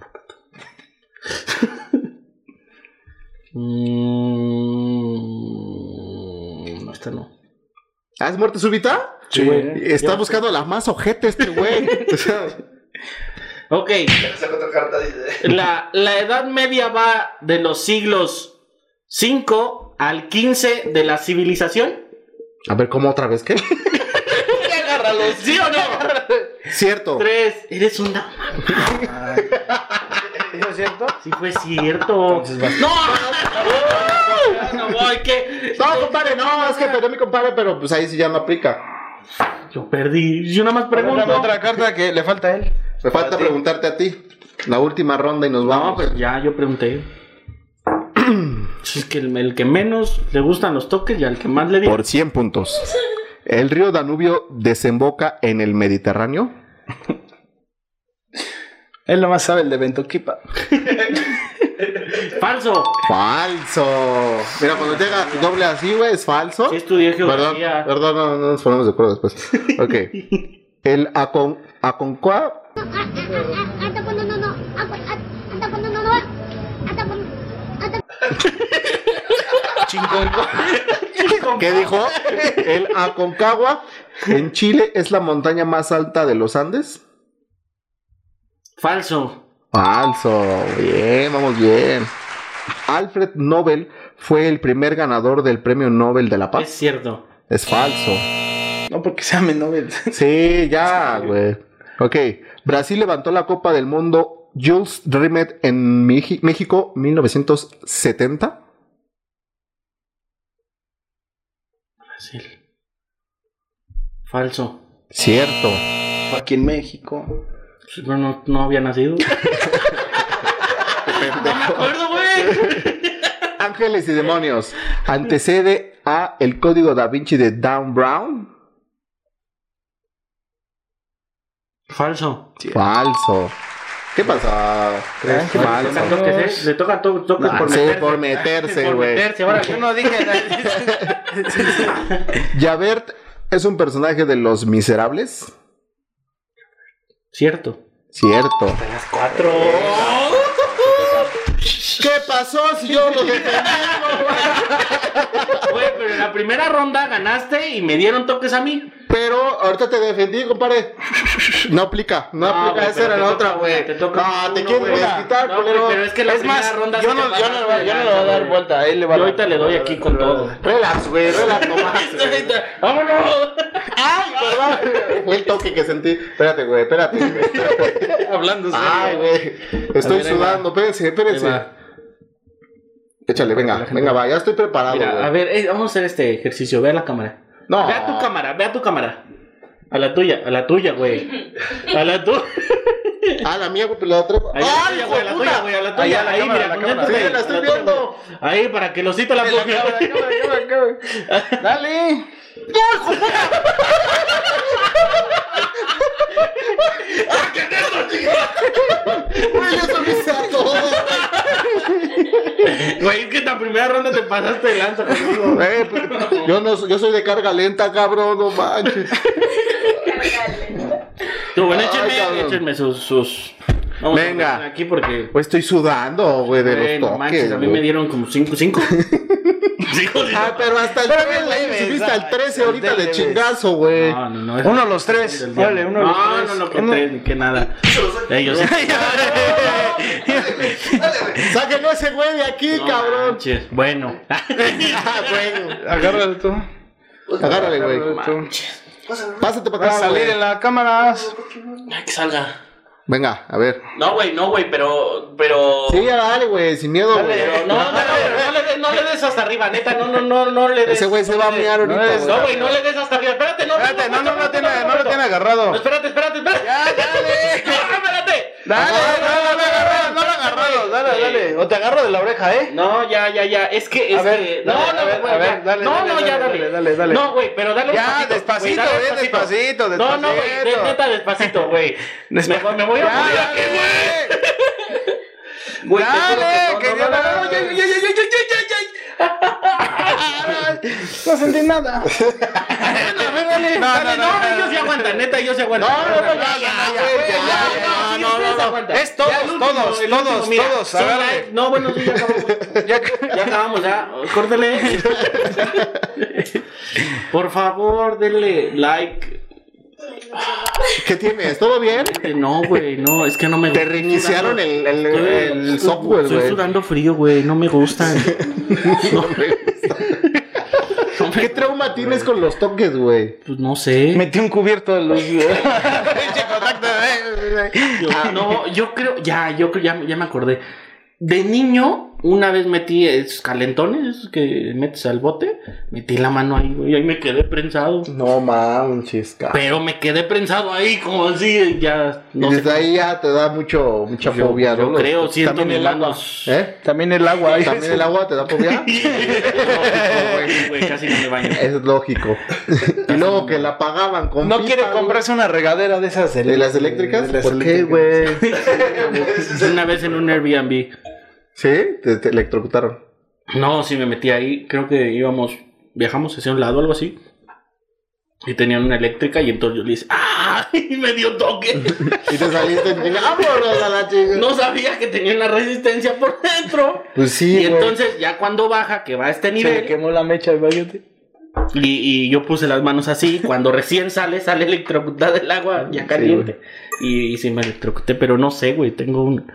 Speaker 1: (laughs) Mm, No, esta no.
Speaker 2: ¿Ah, es muerte súbita?
Speaker 1: Sí, eh. güey.
Speaker 2: Está buscando la más ojete este güey. O sea,
Speaker 1: Ok. La, la edad media va de los siglos 5 al 15 de la civilización.
Speaker 2: a ver, ¿cómo otra vez qué?
Speaker 1: ¿Sí o no?
Speaker 2: Cierto.
Speaker 1: Tres. Eres un dama.
Speaker 3: ¿Eso es cierto?
Speaker 1: Sí fue cierto. No, no, no, no, voy, que
Speaker 2: No, compadre, no, es que perdió mi compadre, pero pues ahí sí ya no aplica.
Speaker 1: yo perdí. Yo nada más
Speaker 3: Pregúntame
Speaker 1: pregunto.
Speaker 3: otra carta que le falta a él.
Speaker 2: Me falta preguntarte a ti. La última ronda y nos vamos.
Speaker 1: No, pues ya yo pregunté. Si Es que el, el que menos le gustan los toques y al que más le di.
Speaker 2: 100 puntos. ¿El río Danubio desemboca en el Mediterráneo?
Speaker 3: Él nomás sabe el de Ventoquipa.
Speaker 1: Falso.
Speaker 2: Falso. Mira, cuando llega doble así, güey, es falso.
Speaker 1: Sí estudié
Speaker 2: Perdón,
Speaker 1: geografía.
Speaker 2: perdón, no, no nos ponemos de acuerdo después. Ok. El Acon, Aconcagua.
Speaker 3: (laughs)
Speaker 2: ¿Qué dijo? El Aconcagua en Chile es la montaña más alta de los Andes.
Speaker 1: Falso.
Speaker 2: Falso. Bien, vamos bien. Alfred Nobel fue el primer ganador del premio Nobel de la
Speaker 1: Es
Speaker 2: Paz.
Speaker 1: cierto.
Speaker 2: Es falso.
Speaker 3: No porque sea mi novia.
Speaker 2: Sí, ya, güey. Ok. Brasil levantó la Copa del Mundo Jules Rimet en Meji- México 1970.
Speaker 1: Brasil. Falso.
Speaker 2: Cierto.
Speaker 3: Aquí en México.
Speaker 1: Pues, No, no, no había (laughs) nacido. no me acuerdo, güey.
Speaker 2: Ángeles y demonios. Antecede a El código da Vinci de Dan Brown.
Speaker 1: Falso.
Speaker 2: Falso. ¿Qué pasa?
Speaker 3: ¿Crees?
Speaker 1: Le tocan
Speaker 2: Falso.
Speaker 1: toques, ¿eh? Le tocan to- toques
Speaker 2: Ah,
Speaker 1: por
Speaker 2: sí,
Speaker 1: meterse.
Speaker 2: por meterse,
Speaker 1: Por
Speaker 2: güey.
Speaker 1: meterse, ahora que
Speaker 3: Yo
Speaker 1: uno-
Speaker 3: no dije nada.
Speaker 2: Javert es un personaje de Los Miserables.
Speaker 1: Cierto.
Speaker 2: Cierto.
Speaker 1: Cuatro.
Speaker 2: ¿Qué pasó si yo lo defendí?
Speaker 1: Güey, pero en la primera ronda ganaste y me dieron toques a
Speaker 2: (laughs)
Speaker 1: mí.
Speaker 2: Pero ahorita te defendí, compadre. No aplica, no, aplica.
Speaker 1: güey,
Speaker 2: Esa
Speaker 1: pero
Speaker 2: era
Speaker 1: te
Speaker 2: la
Speaker 1: toca
Speaker 2: otra,
Speaker 1: una,
Speaker 2: güey.
Speaker 1: te toca
Speaker 2: No, te
Speaker 1: uno,
Speaker 2: quieren
Speaker 1: güey.
Speaker 2: desquitar,
Speaker 1: No, güey,
Speaker 2: culero.
Speaker 1: pero es que la primera ronda
Speaker 2: yo
Speaker 1: sí
Speaker 2: no,
Speaker 1: te
Speaker 2: yo
Speaker 1: pasaste
Speaker 2: no, le-
Speaker 1: de
Speaker 2: yo no le
Speaker 1: lanza,
Speaker 2: voy a dar
Speaker 1: güey.
Speaker 2: vuelta. a Él le va a
Speaker 1: Yo
Speaker 2: dar-
Speaker 1: ahorita le doy aquí con todo.
Speaker 2: Relax, güey, relax, no
Speaker 1: (laughs)
Speaker 2: más, güey.
Speaker 1: ¡Vámonos!
Speaker 2: Ay, perdón. Fue el toque que sentí. Espérate, güey, espérate. güey.
Speaker 1: Hablando (laughs) serio.
Speaker 2: Ay, güey. Estoy
Speaker 1: A ver, ahí
Speaker 2: sudando. Espérense,
Speaker 1: Ahí
Speaker 2: espérense.
Speaker 1: va.
Speaker 2: Échale, venga, venga, va. Ya estoy preparado,
Speaker 1: Mira, a
Speaker 2: güey.
Speaker 1: ver, eh, vamos a hacer este ejercicio. Ve a la cámara.
Speaker 2: No.
Speaker 1: Ve a tu cámara, ve a tu cámara. A la tuya, a la tuya, güey. A la tuya.
Speaker 2: Ah, la mía, güey, pero la otra.
Speaker 1: Ahí,
Speaker 2: ¡Ay,
Speaker 1: a la tuya, güey, a la tuya, güey, a la tuya. Ahí, mira, concéntrate,
Speaker 2: Sí, la
Speaker 1: a
Speaker 2: estoy
Speaker 1: tuya,
Speaker 2: viendo.
Speaker 1: güey. (laughs) Ahí, para que lo cita la boca.
Speaker 3: Dale.
Speaker 2: (laughs) ¡Ah, Güey, eso me hice a todo.
Speaker 1: Güey, es que en la primera ronda te pasaste de lanza conmigo.
Speaker 2: Eh, pues, yo, no, yo soy de carga lenta, cabrón, no manches.
Speaker 1: Tú, bueno,
Speaker 2: Ay,
Speaker 1: échenme,
Speaker 2: cabrón.
Speaker 1: échenme sus. sus... Vamos a
Speaker 2: Venga.
Speaker 1: poner Aquí porque.
Speaker 2: Pues estoy sudando, güey, de
Speaker 1: Güey,
Speaker 2: los
Speaker 1: no
Speaker 2: toques.
Speaker 1: manches, a mí
Speaker 2: güey.
Speaker 1: me dieron como 5, 5. 5,
Speaker 2: Ah, pero hasta el
Speaker 3: Pero
Speaker 2: 13,
Speaker 3: bien leves,
Speaker 2: subiste al
Speaker 3: ay,
Speaker 2: 13
Speaker 3: el
Speaker 2: ahorita de
Speaker 3: leves.
Speaker 2: chingazo, güey.
Speaker 1: No, no, no. es-
Speaker 3: Uno los tres. Dale, uno los
Speaker 1: no,
Speaker 3: tres.
Speaker 1: no, no, que
Speaker 3: Uno-
Speaker 1: tres, ni que nada. Ellos.
Speaker 2: Sáquenlo ese güey de aquí,
Speaker 1: No
Speaker 2: cabrón.
Speaker 1: manches, Bueno.
Speaker 2: Ah, güey.
Speaker 3: Agárralo tú.
Speaker 2: Agárrale, güey.
Speaker 3: Agárralo tú.
Speaker 2: Pásate para
Speaker 3: Vas a
Speaker 2: acá,
Speaker 3: salir en
Speaker 2: güey.
Speaker 3: la cámara.
Speaker 1: Ay, que salga.
Speaker 2: Venga, a ver.
Speaker 1: No, güey, no, güey, pero. Pero.
Speaker 2: Sí, ya dale, güey, sin miedo, güey.
Speaker 1: Pero no, no, no, no, le des, no le des hasta arriba, neta, no, no, no, no le des.
Speaker 2: Ese güey se va a mirar
Speaker 3: no,
Speaker 2: ahorita,
Speaker 3: no,
Speaker 1: No,
Speaker 2: güey.
Speaker 1: güey, no le des hasta arriba. Espérate, no.
Speaker 3: Espérate, no, no, no, tiene, no lo tiene
Speaker 1: No,
Speaker 3: agarrado.
Speaker 1: espérate, espérate, espérate.
Speaker 3: Ya, dale.
Speaker 1: No, espérate.
Speaker 3: Dale, no, no, no, no, no lo agarrado. Dale, dale. O te agarro de la oreja, ¿eh?
Speaker 1: No, ya, ya, ya. Es que, es
Speaker 3: A ver,
Speaker 1: que.
Speaker 3: dale,
Speaker 1: no,
Speaker 3: a
Speaker 1: no,
Speaker 3: ver,
Speaker 1: güey,
Speaker 3: a ver,
Speaker 1: ya.
Speaker 3: dale,
Speaker 1: No,
Speaker 3: dale,
Speaker 1: no,
Speaker 3: dale,
Speaker 1: ya, dale.
Speaker 3: dale, dale, dale.
Speaker 1: No, güey, pero dale
Speaker 3: Ya,
Speaker 1: despacito.
Speaker 3: despacito,
Speaker 1: güey,
Speaker 3: bien
Speaker 1: dale
Speaker 3: despacito,
Speaker 1: No, no, güey, de-
Speaker 3: despacito.
Speaker 1: neta, despacito, güey. Me, me voy a morir
Speaker 3: Ya,
Speaker 1: aquí, güey.
Speaker 3: dale.
Speaker 1: Güey, te
Speaker 3: Dale,
Speaker 1: juro
Speaker 3: que
Speaker 1: que no, no, no, no, no, ya, ya, ya, ya, ya, ya, ya, ya.
Speaker 3: No sentí nada.
Speaker 1: Dale, no, ellos se aguantan, neta, ellos se aguantan. Ah,
Speaker 2: No, no, no, ya, ya, güey,
Speaker 1: ya,
Speaker 2: ya, ya,
Speaker 1: no, no,
Speaker 2: no, no, no.
Speaker 1: aguanta.
Speaker 3: Es todos,
Speaker 1: Ya el último,
Speaker 3: todos,
Speaker 1: el último,
Speaker 3: todos,
Speaker 1: mira,
Speaker 3: todos,
Speaker 1: son
Speaker 3: agárrale.
Speaker 1: live. No, bueno,
Speaker 2: (laughs)
Speaker 1: sí, ya acabamos.
Speaker 3: Ya-
Speaker 1: Ya acabamos, ya. Córtele. Por favor, denle like.
Speaker 2: ¿Qué tienes? ¿Todo bien?
Speaker 1: Eh, No, güey, no, es que no me
Speaker 2: Te
Speaker 1: gusta.
Speaker 2: reiniciaron el, el,
Speaker 1: Estoy-
Speaker 2: el software,
Speaker 1: Estoy
Speaker 2: güey.
Speaker 1: sudando frío, güey, no me
Speaker 2: (laughs)
Speaker 1: gusta.
Speaker 2: ¿Qué trauma tienes con los toques, güey?
Speaker 1: Pues no sé.
Speaker 3: Metí un cubierto (laughs) en los.
Speaker 1: Yo-
Speaker 2: Ah,
Speaker 1: no, yo creo, ya, yo creo, ya, ya me acordé. De niño, una vez metí eh, esos calentones esos que metes al bote, metí la mano ahí, güey, y ahí me quedé prensado.
Speaker 2: No manches, cabrón.
Speaker 1: Pero me quedé prensado ahí, como así, ya. No
Speaker 2: y
Speaker 1: sé
Speaker 2: desde ahí ya te da mucho, mucha
Speaker 1: Yo,
Speaker 2: fobia,
Speaker 1: yo
Speaker 2: ¿no?
Speaker 1: creo, siento
Speaker 3: También
Speaker 1: mis
Speaker 3: el agua.
Speaker 1: manos.
Speaker 2: ¿Eh?
Speaker 3: También el agua. ahí.
Speaker 2: ¿También el agua te da
Speaker 1: (laughs)
Speaker 2: fobia?
Speaker 1: Güey, güey, casi no me
Speaker 2: (laughs)
Speaker 1: baño.
Speaker 2: es lógico. y luego que la pagaban con
Speaker 3: No
Speaker 2: pipa,
Speaker 3: quiere
Speaker 2: güey.
Speaker 3: comprarse una regadera de esas
Speaker 2: ¿De las eléctricas?
Speaker 3: de las
Speaker 2: ¿Por qué,
Speaker 3: eléctricas.
Speaker 2: güey?
Speaker 1: Una vez en un Airbnb.
Speaker 2: ¿Sí? Te, te electrocutaron.
Speaker 1: No, sí me metí ahí. Creo que íbamos, viajamos hacia un lado, algo así. Y tenían una eléctrica y entonces yo le dije, ¡ah! Y (laughs) me dio toque.
Speaker 2: Y te saliste en chinga, ¡Vámonos a la chica!
Speaker 1: No sabía que tenía una resistencia por dentro.
Speaker 2: Pues sí,
Speaker 1: y
Speaker 2: güey.
Speaker 1: entonces ya cuando baja, que va a este
Speaker 3: Se le
Speaker 1: nivel,
Speaker 3: quemó la mecha, imagínate.
Speaker 1: y, y yo puse las manos así, cuando recién sale, sale electrocutada el agua ya caliente. y, y sí me electrocuté, pero no sé, güey, tengo un,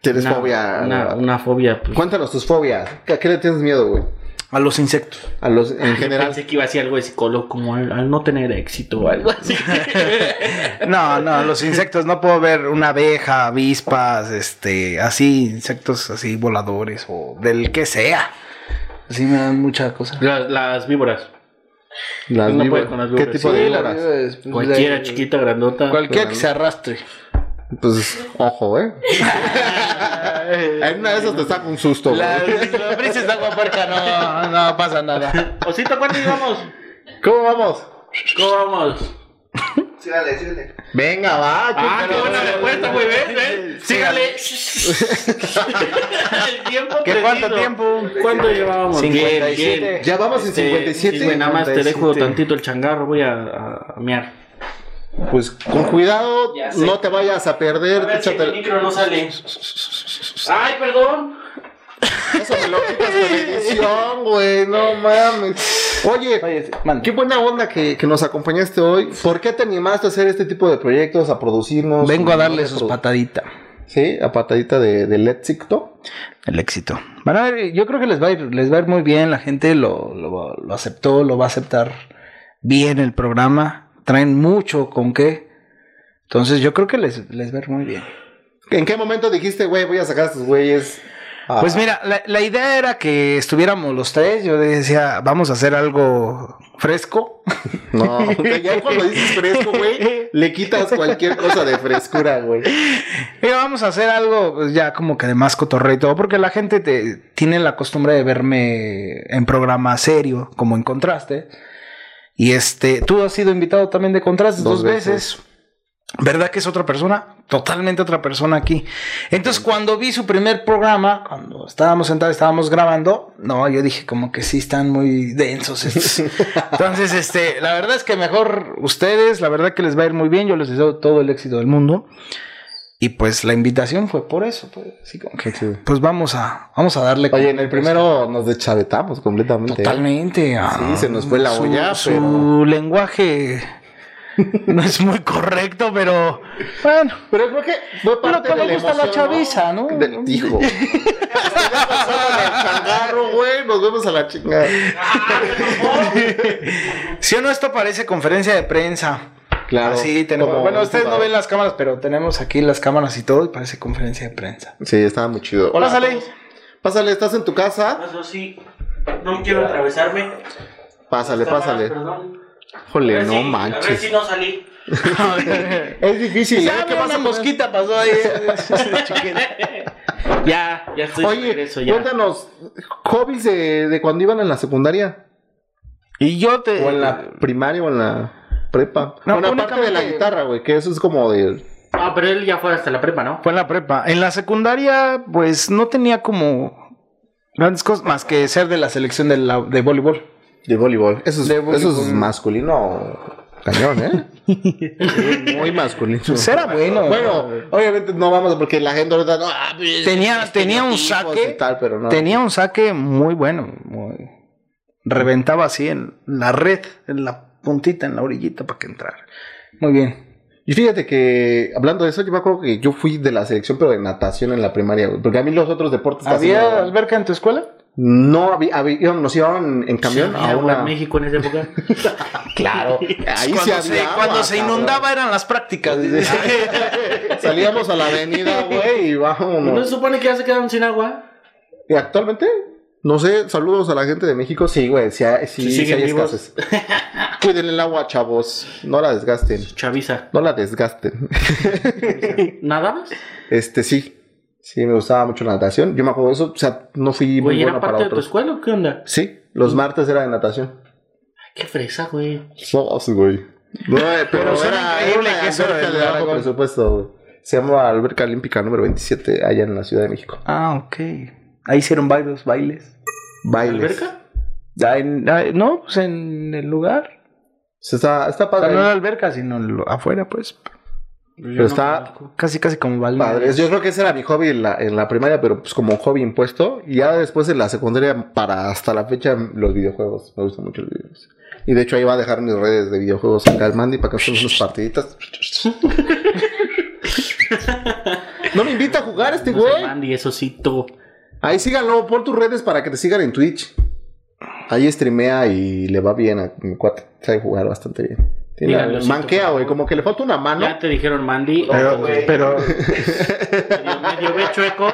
Speaker 2: Tienes
Speaker 1: una,
Speaker 2: fobia.
Speaker 1: Una, una fobia, pues.
Speaker 2: Cuéntanos tus fobias. ¿A qué le tienes miedo, güey?
Speaker 3: A los insectos.
Speaker 2: A los, en general.
Speaker 1: Pensé que iba a ser algo de psicólogo, como al, al no tener éxito o algo
Speaker 2: (laughs)
Speaker 1: así.
Speaker 3: No, no, a los insectos. No puedo ver una abeja, avispas, este, así, insectos así voladores o del que sea. Así me dan mucha cosa.
Speaker 1: las, las víboras.
Speaker 2: Las
Speaker 1: No puede
Speaker 2: víboras.
Speaker 1: con las
Speaker 2: ¿Qué
Speaker 1: víboras.
Speaker 2: tipo de
Speaker 6: Sí, la
Speaker 2: víboras?
Speaker 6: vida es- pues,
Speaker 1: Cualquiera,
Speaker 6: la-
Speaker 1: chiquita, grandota.
Speaker 6: Cualquiera que se arrastre.
Speaker 2: Pues, ojo, ¿eh? en una de esas te saca un susto, güey.
Speaker 6: La, la brisa está agua puerca, no, no pasa nada.
Speaker 1: Osito, ¿cuánto llevamos?
Speaker 2: ¿Cómo vamos?
Speaker 1: ¿Cómo vamos?
Speaker 2: Venga, va.
Speaker 1: Ah, qué
Speaker 2: chútalo.
Speaker 1: buena respuesta, güey. ¿Ves? ¿Ves? Sígale. El tiempo
Speaker 3: ¿Qué
Speaker 1: preciso.
Speaker 3: cuánto tiempo?
Speaker 1: ¿Cuánto llevábamos?
Speaker 3: 57.
Speaker 2: Ya vamos en 57.
Speaker 1: Este, Sí, güey, nada más te dejo
Speaker 3: 57.
Speaker 1: tantito el changarro, voy a, a, a mear.
Speaker 2: Pues con cuidado,
Speaker 1: Ya sé.
Speaker 2: no te vayas a perder. échate-
Speaker 1: micro no sale. Ay, perdón.
Speaker 2: Eso me lo quitas con edición, güey. No mames. Oye,
Speaker 3: Oye, mande.
Speaker 2: qué buena onda que, que nos acompañaste hoy. ¿Por qué te animaste a hacer este tipo de proyectos, a producirnos?
Speaker 3: Vengo a darle
Speaker 2: Produ-
Speaker 3: sus pataditas.
Speaker 2: Sí, a patadita de, de Lexicto.
Speaker 3: El éxito. Van a ver, yo creo que les va a ir, les va a ir muy bien. La gente lo, lo- lo aceptó, lo va a aceptar bien el programa. Traen mucho con qué. Entonces yo creo que les, les va a ir muy bien.
Speaker 2: ¿En qué momento dijiste, güey, voy a sacar a estos güeyes? Ah, a-
Speaker 3: Pues mira, la, la idea era que estuviéramos los tres. Yo decía, vamos a hacer algo fresco. (laughs)
Speaker 2: No, (laughs) que ya cuando dices fresco, güey, le quitas cualquier cosa de frescura, güey.
Speaker 3: Y vamos a hacer algo pues, ya como que de más cotorreo y todo, porque la gente te, tiene la costumbre de verme en programa serio, como en contraste. Y este, tú has sido invitado también de contraste
Speaker 2: Dos
Speaker 3: dos, veces. ¿Verdad que es otra persona? Totalmente otra persona aquí. Entonces, cuando vi su primer programa, cuando estábamos sentados, estábamos grabando, no, yo dije como que sí están muy densos
Speaker 2: (laughs)
Speaker 3: estos. Entonces, este, la verdad es que mejor ustedes, la verdad que les va a ir muy bien, yo les deseo todo el éxito del mundo. Y pues la invitación fue por eso, pues, así como que,
Speaker 2: Sí.
Speaker 3: pues vamos a, vamos a darle.
Speaker 2: Oye,
Speaker 3: con-
Speaker 2: en el primero nos deschavetamos completamente. ¿eh?
Speaker 3: Totalmente. ah,
Speaker 2: se nos fue la
Speaker 3: su-
Speaker 2: olla,
Speaker 3: Su,
Speaker 2: pero- (laughs)
Speaker 3: lenguaje no es muy correcto, pero bueno.
Speaker 2: Pero creo que fue parte
Speaker 3: que
Speaker 2: de
Speaker 3: le gusta la
Speaker 2: emoción,
Speaker 3: chaviza, ¿no?
Speaker 2: De-
Speaker 3: (laughs)
Speaker 2: hijo. Changarro, güey, nos vemos a la chingada.
Speaker 3: Si o no, esto parece conferencia de prensa.
Speaker 2: Claro.
Speaker 3: Así Ah, tenemos.
Speaker 2: como
Speaker 3: Bueno,
Speaker 2: un
Speaker 3: ustedes no
Speaker 2: jugador.
Speaker 3: ven las cámaras, pero tenemos aquí las cámaras y todo y parece conferencia de prensa.
Speaker 2: Sí, estaba muy chido.
Speaker 3: Hola, (laughs) Sale.
Speaker 2: Pásale, estás en tu casa.
Speaker 1: Eso sí. No quiero atravesarme.
Speaker 2: Pásale, pásale.
Speaker 1: Perdón.
Speaker 2: Jole, no manches.
Speaker 1: no salí.
Speaker 2: Es difícil. ¿eh? ¿Qué pasa, mosquito?
Speaker 3: pasó ahí.
Speaker 1: Ya, ya estoy de
Speaker 2: Oye,
Speaker 1: regreso, ya.
Speaker 2: cuéntanos, hobbies de, de cuando iban en la secundaria.
Speaker 3: (laughs) y yo te.
Speaker 2: O en la primaria o en la prepa.
Speaker 3: No,
Speaker 2: bueno, aparte de la
Speaker 3: únicamente-
Speaker 2: guitarra, güey, que eso es como de.
Speaker 1: Ah, pero él ya fue hasta la prepa, ¿no?
Speaker 3: Fue en la prepa. En la secundaria, pues no tenía como grandes cosas más que ser de la selección de, la- de voleibol.
Speaker 2: De voleibol. Eso es,
Speaker 6: De voleibol.
Speaker 2: Eso es masculino cañón, ¿eh?
Speaker 3: (laughs)
Speaker 2: Sí, Muy masculino.
Speaker 3: Pues era bueno.
Speaker 2: Bueno, obviamente no vamos porque la gente ahorita no, ah, pues,
Speaker 3: tenía, tenía un saque.
Speaker 2: y tal, pero no.
Speaker 3: Tenía un saque muy bueno. muy- Reventaba así en la red, en la puntita, en la orillita para que entrara. Muy bien.
Speaker 2: Y fíjate que hablando de eso, yo me acuerdo que yo fui de la selección, pero de natación en la primaria, güey, porque a mí los otros deportes casi
Speaker 3: ¿Había
Speaker 2: no,
Speaker 3: alberca en tu escuela?
Speaker 2: no había, había- íbamos- nos llevaban en camión
Speaker 1: Sí,
Speaker 2: a
Speaker 1: era
Speaker 2: una
Speaker 1: Ah, en México en esa (laughs) época. (laughs)
Speaker 2: claro, ahí
Speaker 3: cuando
Speaker 2: se, había
Speaker 3: se,
Speaker 2: agua,
Speaker 3: cuando se
Speaker 2: cabrón.
Speaker 3: inundaba eran las prácticas.
Speaker 1: (laughs)
Speaker 2: salíamos a la avenida, güey, y
Speaker 1: Pues ¿No se
Speaker 2: vámonos.
Speaker 1: supone que ya se quedaron sin agua?
Speaker 2: Y actualmente no sé, saludos a la gente de México. Sí, güey, si hay, sí,
Speaker 1: Si
Speaker 2: sí
Speaker 1: siguen
Speaker 2: hay
Speaker 1: vivos.
Speaker 2: escasez. Cuiden el agua, chavos. No la desgasten.
Speaker 1: Chaviza.
Speaker 2: No la desgasten.
Speaker 1: ¿Nada más?
Speaker 2: Este sí. Sí, me gustaba mucho la natación. Yo me acuerdo de eso. O sea, no fui muy
Speaker 1: Güey, ¿era
Speaker 2: bueno para
Speaker 1: parte de tu
Speaker 2: otros.
Speaker 1: escuela o qué onda?
Speaker 2: Sí, los martes era de natación.
Speaker 1: Qué fresa, güey.
Speaker 2: Sos, güey. No, eh, pero, era
Speaker 3: suena increíble
Speaker 2: una
Speaker 3: que eso
Speaker 2: alberca
Speaker 3: del
Speaker 2: de bajo
Speaker 3: Aragón.
Speaker 2: presupuesto, güey. Se llama Alberca Olímpica número 27 allá en la Ciudad de México.
Speaker 3: (laughs) ah, ok. Ahí hicieron varios bailes.
Speaker 2: Bailes.
Speaker 1: ¿Alberca?
Speaker 3: Ah, en- ah, no, pues en el lugar.
Speaker 2: O sea, está, está
Speaker 3: O sea,
Speaker 2: padre.
Speaker 3: no en la alberca, sino en lo- afuera, pues.
Speaker 1: Yo
Speaker 2: está-
Speaker 1: conozco.
Speaker 3: Casi, casi como balneario.
Speaker 2: Padres. Yo creo que ese era mi hobby en la, en la primaria, pero pues como hobby impuesto. Y ya después en la secundaria, para hasta la fecha, los videojuegos. Me gustan mucho los videojuegos. Y de hecho ahí va a dejar mis redes de videojuegos acá al Mandy para que hacemos
Speaker 1: (laughs)
Speaker 2: unas partiditas. No me invita a jugar este
Speaker 1: No sé,
Speaker 2: güey.
Speaker 1: Mandy, eso sí, tú.
Speaker 2: Ahí síganlo, pon tus redes para que te sigan en Twitch. Ahí streamea y le va bien a mi cuate. Sabe jugar bastante bien. Tiene la-
Speaker 1: Díganlo, sí, por
Speaker 2: manquea,
Speaker 1: favor.
Speaker 2: güey. Como que le falta una mano.
Speaker 1: Ya te dijeron Mandy.
Speaker 3: Pero,
Speaker 2: (laughs)
Speaker 3: pero
Speaker 1: medio- medio ve chueco.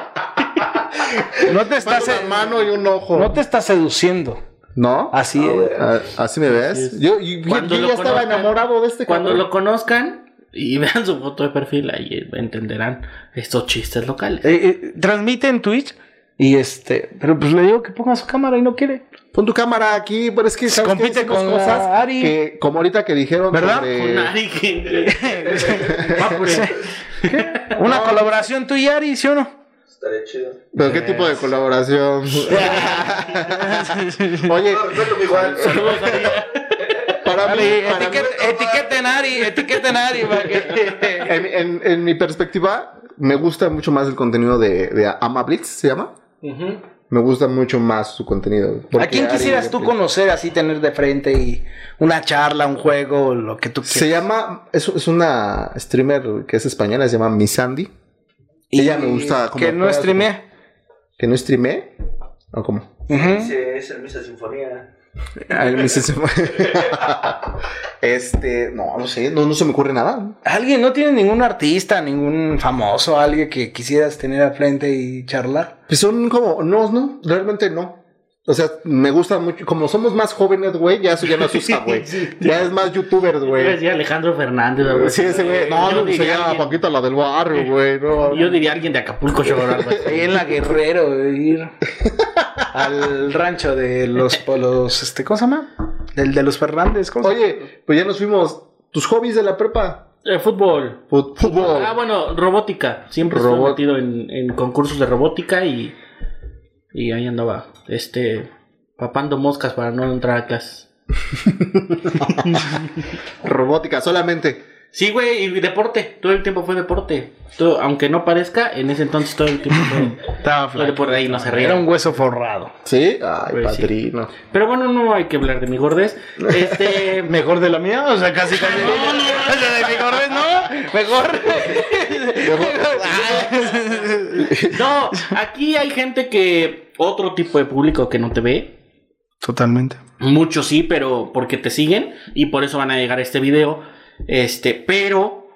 Speaker 3: no te estás
Speaker 2: Falta una mano y un ojo.
Speaker 3: no te está seduciendo.
Speaker 2: ¿No?
Speaker 3: Así es.
Speaker 2: Ah, ¿Así me ves? Yo, yo- yo
Speaker 1: Cuando
Speaker 2: ya
Speaker 1: lo
Speaker 2: estaba
Speaker 1: conozcan-
Speaker 2: enamorado de este
Speaker 1: Cuando
Speaker 2: cabrón.
Speaker 1: lo conozcan y (laughs) vean su foto de perfil, ahí entenderán estos chistes locales.
Speaker 3: Eh, eh, transmite en Twitch y este, pero pues le digo que ponga su cámara y no quiere.
Speaker 2: Pon tu cámara aquí, pero es que ¿sabes
Speaker 3: Compite
Speaker 2: qué? Hicimos
Speaker 3: con la Ari.
Speaker 2: que, como ahorita que dijeron
Speaker 3: ¿Verdad?
Speaker 2: sobre-
Speaker 1: Con Ari,
Speaker 2: (laughs)
Speaker 1: que-
Speaker 3: (laughs) Ah, pues, eh, (laughs) ¿qué? Una colaboración tú y Ari, ¿sí o no? (laughs)
Speaker 7: Estaría chido.
Speaker 2: ¿Pero qué tipo de colaboración? (laughs) Oye,
Speaker 7: Respeto, mi Juan.
Speaker 1: Saludos, Ari.
Speaker 2: para mí,
Speaker 3: Ari,
Speaker 2: para mí-
Speaker 3: etiquet- etiqueten a Ari, etiqueten a Ari. para
Speaker 2: (laughs)
Speaker 3: que-
Speaker 2: en, en- en mi perspectiva, me gusta mucho más el contenido de, de Ama Blitz, ¿se llama? Me gusta mucho más su contenido.
Speaker 3: ¿A quién quisieras tú
Speaker 2: conocer?
Speaker 3: conocer así, tener de frente y una charla, un juego, lo que tú
Speaker 2: Se
Speaker 3: quieras?
Speaker 2: llama, es, es una streamer que es española, se llama Missandei,
Speaker 3: Y
Speaker 2: ella me gusta como
Speaker 3: Que no
Speaker 2: todas-
Speaker 3: streamea.
Speaker 2: que no streamé. ¿O cómo?
Speaker 3: Ujú.
Speaker 7: Dice, es el Misa Sinfonía.
Speaker 2: A él me dice- (laughs) este, no, no sé, no, no se me ocurre nada.
Speaker 3: ¿Alguien? ¿No tiene ningún artista, ningún famoso, alguien que quisieras tener al frente y charlar?
Speaker 2: Pues son como, no, no, realmente no. O sea, me gusta mucho. Como somos más jóvenes, güey, ya eso ya no (laughs) asusta, güey. ya es más youtubers,
Speaker 1: Yo
Speaker 2: güey.
Speaker 1: decía Pues, Alejandro Fernández. algo así.
Speaker 2: Sí, ese güey. No, pues
Speaker 1: Yo
Speaker 2: no, se
Speaker 1: diría
Speaker 2: llama
Speaker 1: alguien-
Speaker 2: Paquita la del barrio, güey. No,
Speaker 1: Yo diría alguien de Acapulco Shore. algo así.
Speaker 3: Ahí en la Guerrero, de ir al rancho de los, po- los este, ¿cómo se llama? Del de los Fernández, ¿cómo se llama?
Speaker 2: Oye, pues ya nos fuimos. Tus hobbies de la prepa.
Speaker 1: Eh, fútbol.
Speaker 2: Fut- Fútbol.
Speaker 1: Ah, bueno, robótica. Siempre
Speaker 2: Robot.
Speaker 1: estuve metido en, en concursos de robótica y, y ahí andaba, este, papando moscas para no entrar a clases.
Speaker 2: Robótica, solamente.
Speaker 1: Sí, güey, y deporte. Todo el tiempo fue deporte. Todo- aunque no parezca, en ese entonces todo el tiempo (laughs) fue,
Speaker 3: Estaba
Speaker 1: fue deporte. Ahí no se
Speaker 3: Era
Speaker 1: rieron.
Speaker 3: un hueso forrado.
Speaker 2: ¿Sí? Ay,
Speaker 1: Pues sí.
Speaker 2: padrino.
Speaker 1: (laughs) Pero bueno, no hay que hablar de mi gordez. (laughs) Este,
Speaker 3: ¿Mejor de la mía? O sea, casi casi.
Speaker 1: no, no, no.
Speaker 3: O sea, de mi gordez, no. Mejor.
Speaker 1: no, aquí hay gente que, otro tipo de público que no te ve,
Speaker 3: Totalmente.
Speaker 1: Muchos sí, pero porque te siguen y por eso van a llegar a este video. Este, pero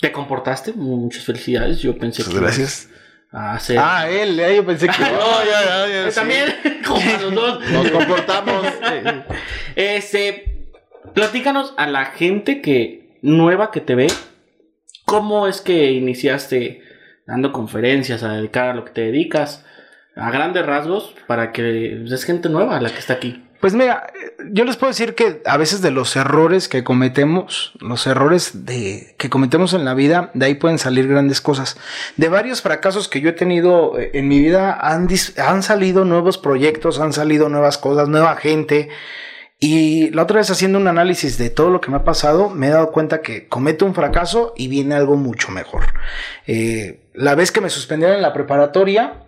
Speaker 1: te comportaste. Muchas felicidades. Yo pensé que
Speaker 3: Gracias.
Speaker 1: ibas a hacer-
Speaker 3: Ah, él, eh, yo pensé que. No, ya, ya,
Speaker 1: Yo también, (laughs) como a los dos.
Speaker 2: Nos comportamos.
Speaker 1: Este, platícanos a la gente que nueva que te ve, cómo es que iniciaste dando conferencias a dedicar a lo que te dedicas. A grandes rasgos, para que pues, es gente nueva la que está aquí.
Speaker 3: Pues mira, eh, yo les puedo decir que a veces de los errores que cometemos, los errores de, que cometemos en la vida, de ahí pueden salir grandes cosas. De varios fracasos que yo he tenido eh, en mi vida, han, dis- han salido nuevos proyectos, han salido nuevas cosas, nueva gente. Y la otra vez haciendo un análisis de todo lo que me ha pasado, me he dado cuenta que cometo un fracaso y viene algo mucho mejor. Eh, la vez que me suspendieron en la preparatoria,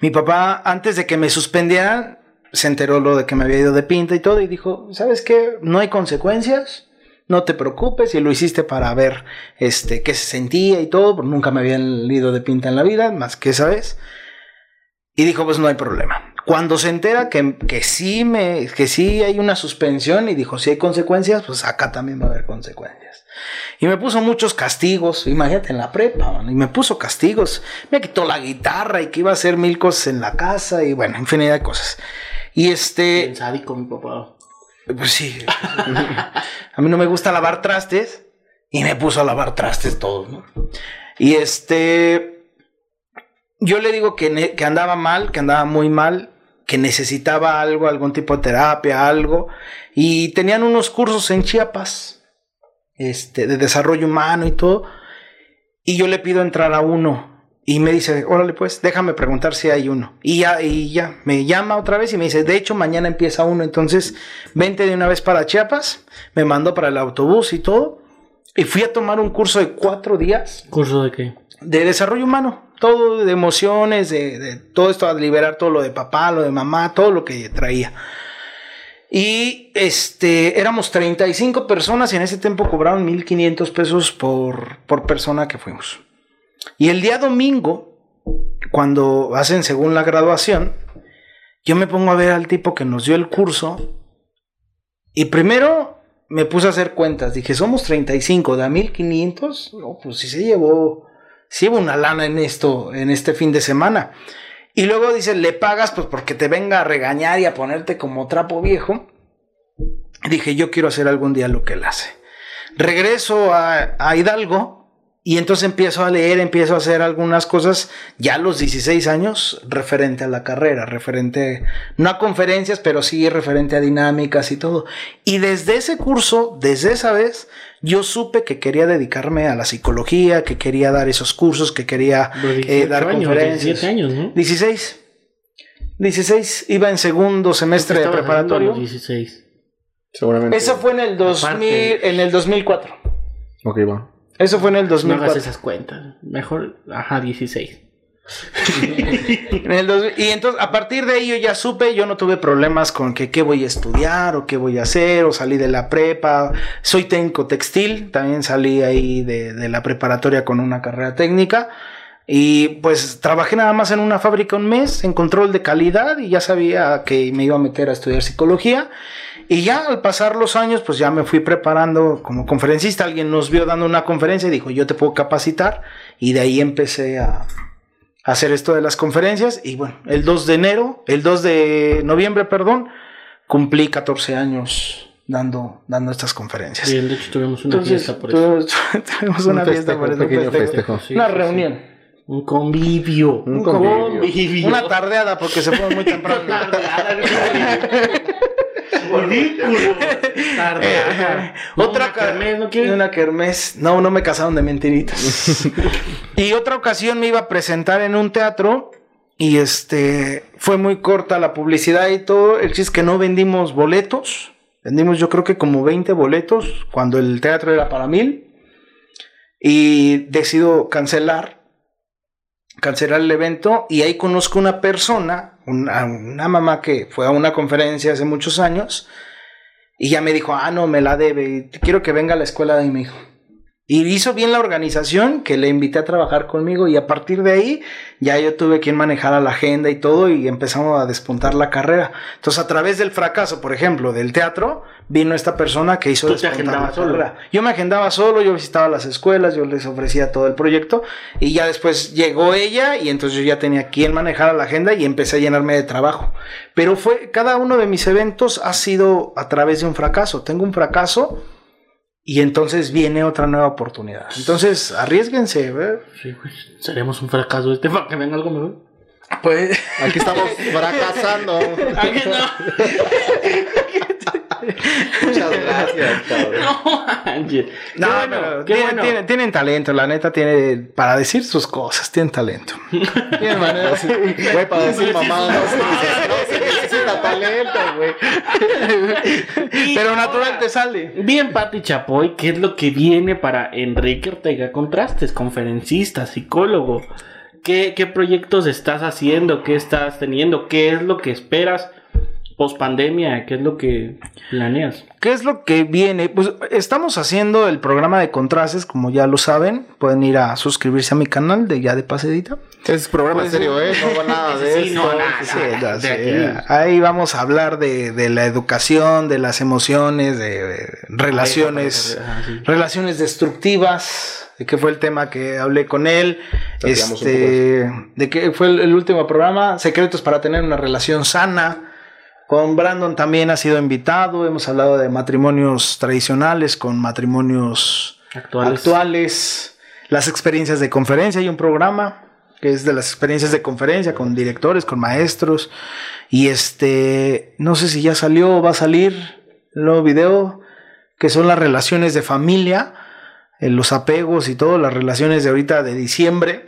Speaker 3: mi papá, antes de que me suspendieran, se enteró lo de que me había ido de pinta y todo y dijo, ¿sabes qué? No hay consecuencias, no te preocupes y lo hiciste para ver este, qué se sentía y todo, porque nunca me habían ido de pinta en la vida, más que esa vez. Y dijo, pues no hay problema. Cuando se entera que, que sí, me, que sí hay una suspensión y dijo, si hay consecuencias, pues acá también va a haber consecuencias. Y me puso muchos castigos, imagínate en la prepa, man, y me puso castigos. Me quitó la guitarra y que iba a hacer mil cosas en la casa y bueno, infinidad de cosas. Y este...
Speaker 1: Bien sádico, mi papá.
Speaker 3: Pues sí. a mí no me gusta lavar trastes y me puso a lavar trastes todos, ¿no? Y este. Yo le digo que, ne- que andaba mal, que andaba muy mal, que necesitaba algo, algún tipo de terapia, algo. Y tenían unos cursos en Chiapas, este, de desarrollo humano y todo. Y yo le pido entrar a uno. Y me dice, órale pues, déjame preguntar si hay uno. Y ya, y ya, me llama otra vez y me dice, de hecho mañana empieza uno, entonces vente de una vez para Chiapas. Me mandó para el autobús y todo. Y fui a tomar un curso de cuatro días
Speaker 1: ¿Curso de qué?
Speaker 3: de desarrollo humano. Todo de emociones, de, de todo esto, a liberar todo lo de papá, lo de mamá, todo lo que traía. Y este, éramos 35 personas y en ese tiempo cobraron 1.500 pesos por, por persona que fuimos. Y el día domingo, cuando hacen según la graduación, yo me pongo a ver al tipo que nos dio el curso. Y primero me puse a hacer cuentas. Dije, somos 35, da 1500. No, pues sí se llevó, sí hubo una lana en esto, en este fin de semana. Y luego dices, le pagas pues porque te venga a regañar y a ponerte como trapo viejo. Dije, yo quiero hacer algún día lo que él hace. Regreso a, a Hidalgo y entonces empiezo a leer, empiezo a hacer algunas cosas ya a los 16 años referente a la carrera, referente, no a conferencias, pero sí referente a dinámicas y todo. Y desde ese curso, desde esa vez, yo supe que quería dedicarme a la psicología, que quería dar esos cursos, que quería eh, dar conferencias.
Speaker 1: 17 años, ¿no?
Speaker 3: 16. 16, iba en segundo semestre de
Speaker 1: Estaba hablando
Speaker 3: preparatorio.
Speaker 1: los 16.
Speaker 2: Seguramente.
Speaker 3: Eso fue en el 2000,
Speaker 1: Aparte-
Speaker 3: en el 2004.
Speaker 2: Ok, va.
Speaker 3: Eso fue en el
Speaker 1: No hagas
Speaker 3: 2004.
Speaker 1: esas cuentas. Mejor, ajá, 16.
Speaker 3: En el dos- y entonces, a partir de ahí yo ya supe, yo no tuve problemas con que qué voy a estudiar o qué voy a hacer, o salí de la prepa. Soy técnico textil, también salí ahí de, de la preparatoria con una carrera técnica. Y pues trabajé nada más en una fábrica un mes en control de calidad y ya sabía que me iba a meter a estudiar psicología. Y ya al pasar los años, pues ya me fui preparando como conferencista. Alguien nos vio dando una conferencia y dijo, yo te puedo capacitar. Y de ahí empecé a, hacer esto de las conferencias y bueno, el 2 de enero, el 2 de noviembre, perdón, cumplí 14 años dando, dando estas conferencias.
Speaker 1: Bien, de hecho tuvimos una
Speaker 3: Entonces,
Speaker 1: fiesta por eso.
Speaker 3: tu- (laughs) tuvimos una
Speaker 2: Un
Speaker 3: fiesta
Speaker 2: festejo,
Speaker 3: por
Speaker 2: un
Speaker 3: eso, un
Speaker 2: pequeño
Speaker 3: festejo.
Speaker 2: festejo.
Speaker 1: Sí,
Speaker 3: una
Speaker 1: sí, sí.
Speaker 3: reunión,
Speaker 1: Un convivio.
Speaker 2: Un
Speaker 1: convivio. (laughs)
Speaker 3: una tardeada porque se fue muy temprano.
Speaker 1: Ridículo.
Speaker 3: Eh,
Speaker 1: Tarde.
Speaker 3: otra
Speaker 1: Una
Speaker 3: ca-
Speaker 1: kermés, ¿no quieres?
Speaker 3: Una kermés. No, no me casaron de mentiritas. y otra ocasión me iba a presentar en un teatro y este fue muy corta la publicidad y todo. El chiste es que no vendimos boletos. Vendimos yo creo que como 20 boletos cuando el teatro era para mil. Y decido cancelar cancelar el evento y ahí conozco una persona, una, una mamá que fue a una conferencia hace muchos años y ya me dijo, ah, no, me la debe, y quiero que venga a la escuela de mi hijo. Y hizo bien la organización que le invité a trabajar conmigo y a partir de ahí ya yo tuve quien manejara la agenda y todo y empezamos a despuntar la carrera. Entonces a través del fracaso, por ejemplo, del teatro, vino esta persona que hizo
Speaker 1: Tú te
Speaker 3: despuntar la
Speaker 1: agendabas solo.
Speaker 3: carrera. Yo me agendaba solo, yo visitaba las escuelas, yo les ofrecía todo el proyecto y ya después llegó ella y entonces yo ya tenía quien manejara la agenda y empecé a llenarme de trabajo. Pero fue, cada uno de mis eventos ha sido a través de un fracaso. Tengo un fracaso y entonces viene otra nueva oportunidad. Entonces, arriesguense, ¿eh?
Speaker 1: Sí, pues, Seremos un fracaso este para que venga algo mejor.
Speaker 3: Pues,
Speaker 2: Aquí estamos fracasando.
Speaker 1: Aquí (laughs)
Speaker 2: Muchas gracias, cabrón.
Speaker 1: no. No manches. Qué
Speaker 3: no,
Speaker 1: bueno,
Speaker 3: pero
Speaker 1: qué
Speaker 3: tienen,
Speaker 1: bueno.
Speaker 3: tienen- tienen talento, la neta, tiene para decir sus cosas, tienen talento.
Speaker 2: Tiene manera así, güey, para decir mamá, no se necesita, no se necesita talento, güey.
Speaker 1: Y
Speaker 3: (laughs) Pero
Speaker 1: ahora,
Speaker 3: natural te sale.
Speaker 1: Bien, Pati Chapoy, ¿qué es lo que viene para Enrique Ortega Contrastes? Conferencista, psicólogo. ¿Qué, qué proyectos estás haciendo? ¿Qué estás teniendo? ¿Qué es lo que esperas post pandemia? ¿Qué es lo que planeas?
Speaker 3: ¿Qué es lo que viene? Pues estamos haciendo el programa de contrastes, como ya lo saben. Pueden ir a suscribirse a mi canal de ya de pasedita.
Speaker 2: Es programa serio, ¿eh? No va nada de
Speaker 1: Sí,
Speaker 2: esto.
Speaker 1: no, nada,
Speaker 3: Sí,
Speaker 1: nada,
Speaker 3: ya
Speaker 1: de
Speaker 3: sé.
Speaker 1: aquí.
Speaker 3: Ahí vamos a hablar de, de la educación, de las emociones, de, de relaciones,
Speaker 1: Ajá, Ah, sí.
Speaker 3: relaciones destructivas, de que fue el tema que hablé con él,
Speaker 2: Platicamos un
Speaker 3: este, de que fue el, el último programa, secretos para tener una relación sana. Con Brandon también ha sido invitado, hemos hablado de matrimonios tradicionales con matrimonios
Speaker 1: Actuales.
Speaker 3: actuales, las experiencias de conferencia. Hay un programa que es de las experiencias de conferencia con directores, con maestros. Y este, no sé si ya salió o va a salir el nuevo video, que son las relaciones de familia, eh, los apegos y todo, las relaciones de ahorita de diciembre.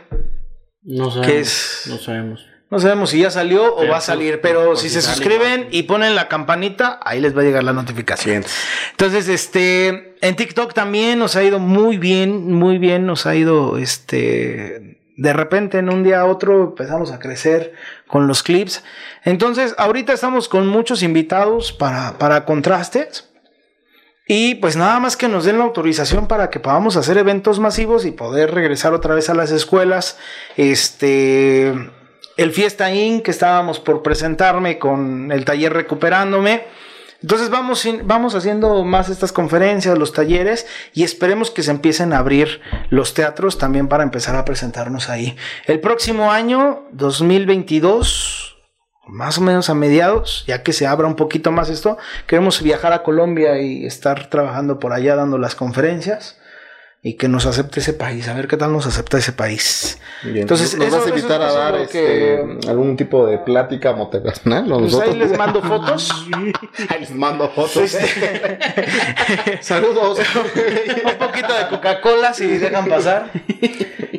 Speaker 1: No sabemos.
Speaker 3: ¿Qué es?
Speaker 1: No sabemos.
Speaker 3: No sabemos si ya salió o
Speaker 1: Pero
Speaker 3: va a
Speaker 1: por-
Speaker 3: salir, pero
Speaker 1: por
Speaker 3: si
Speaker 1: si
Speaker 3: se
Speaker 1: sale,
Speaker 3: suscriben y ponen la campanita, ahí les va a llegar la notificación. Entonces, este, en TikTok también nos ha ido muy bien, muy bien, nos ha ido, este, de repente en un día a otro empezamos a crecer con los clips. Entonces, ahorita estamos con muchos invitados para, para contrastes. Y pues nada más que nos den la autorización para que podamos hacer eventos masivos y poder regresar otra vez a las escuelas. Este, el Fiesta In que estábamos por presentarme con el taller recuperándome. Entonces vamos, sin- vamos haciendo más estas conferencias, los talleres y esperemos que se empiecen a abrir los teatros también para empezar a presentarnos ahí. El próximo año, 2022, más o menos a mediados, ya que se abra un poquito más esto, queremos viajar a Colombia y estar trabajando por allá dando las conferencias y que nos acepte ese país, a ver qué tal nos acepta ese país. Entonces,
Speaker 2: Entonces, ¿nos
Speaker 3: eso-
Speaker 2: vas a
Speaker 3: eso-
Speaker 2: invitar a
Speaker 3: eso es
Speaker 2: dar
Speaker 3: lo que-
Speaker 2: este, algún tipo de plática motivacional? ¿O
Speaker 3: Pues ahí
Speaker 2: nosotros?
Speaker 3: les mando fotos.
Speaker 2: Ahí (laughs) les mando fotos. Saludos.
Speaker 3: un poquito de Coca-Cola si dejan pasar.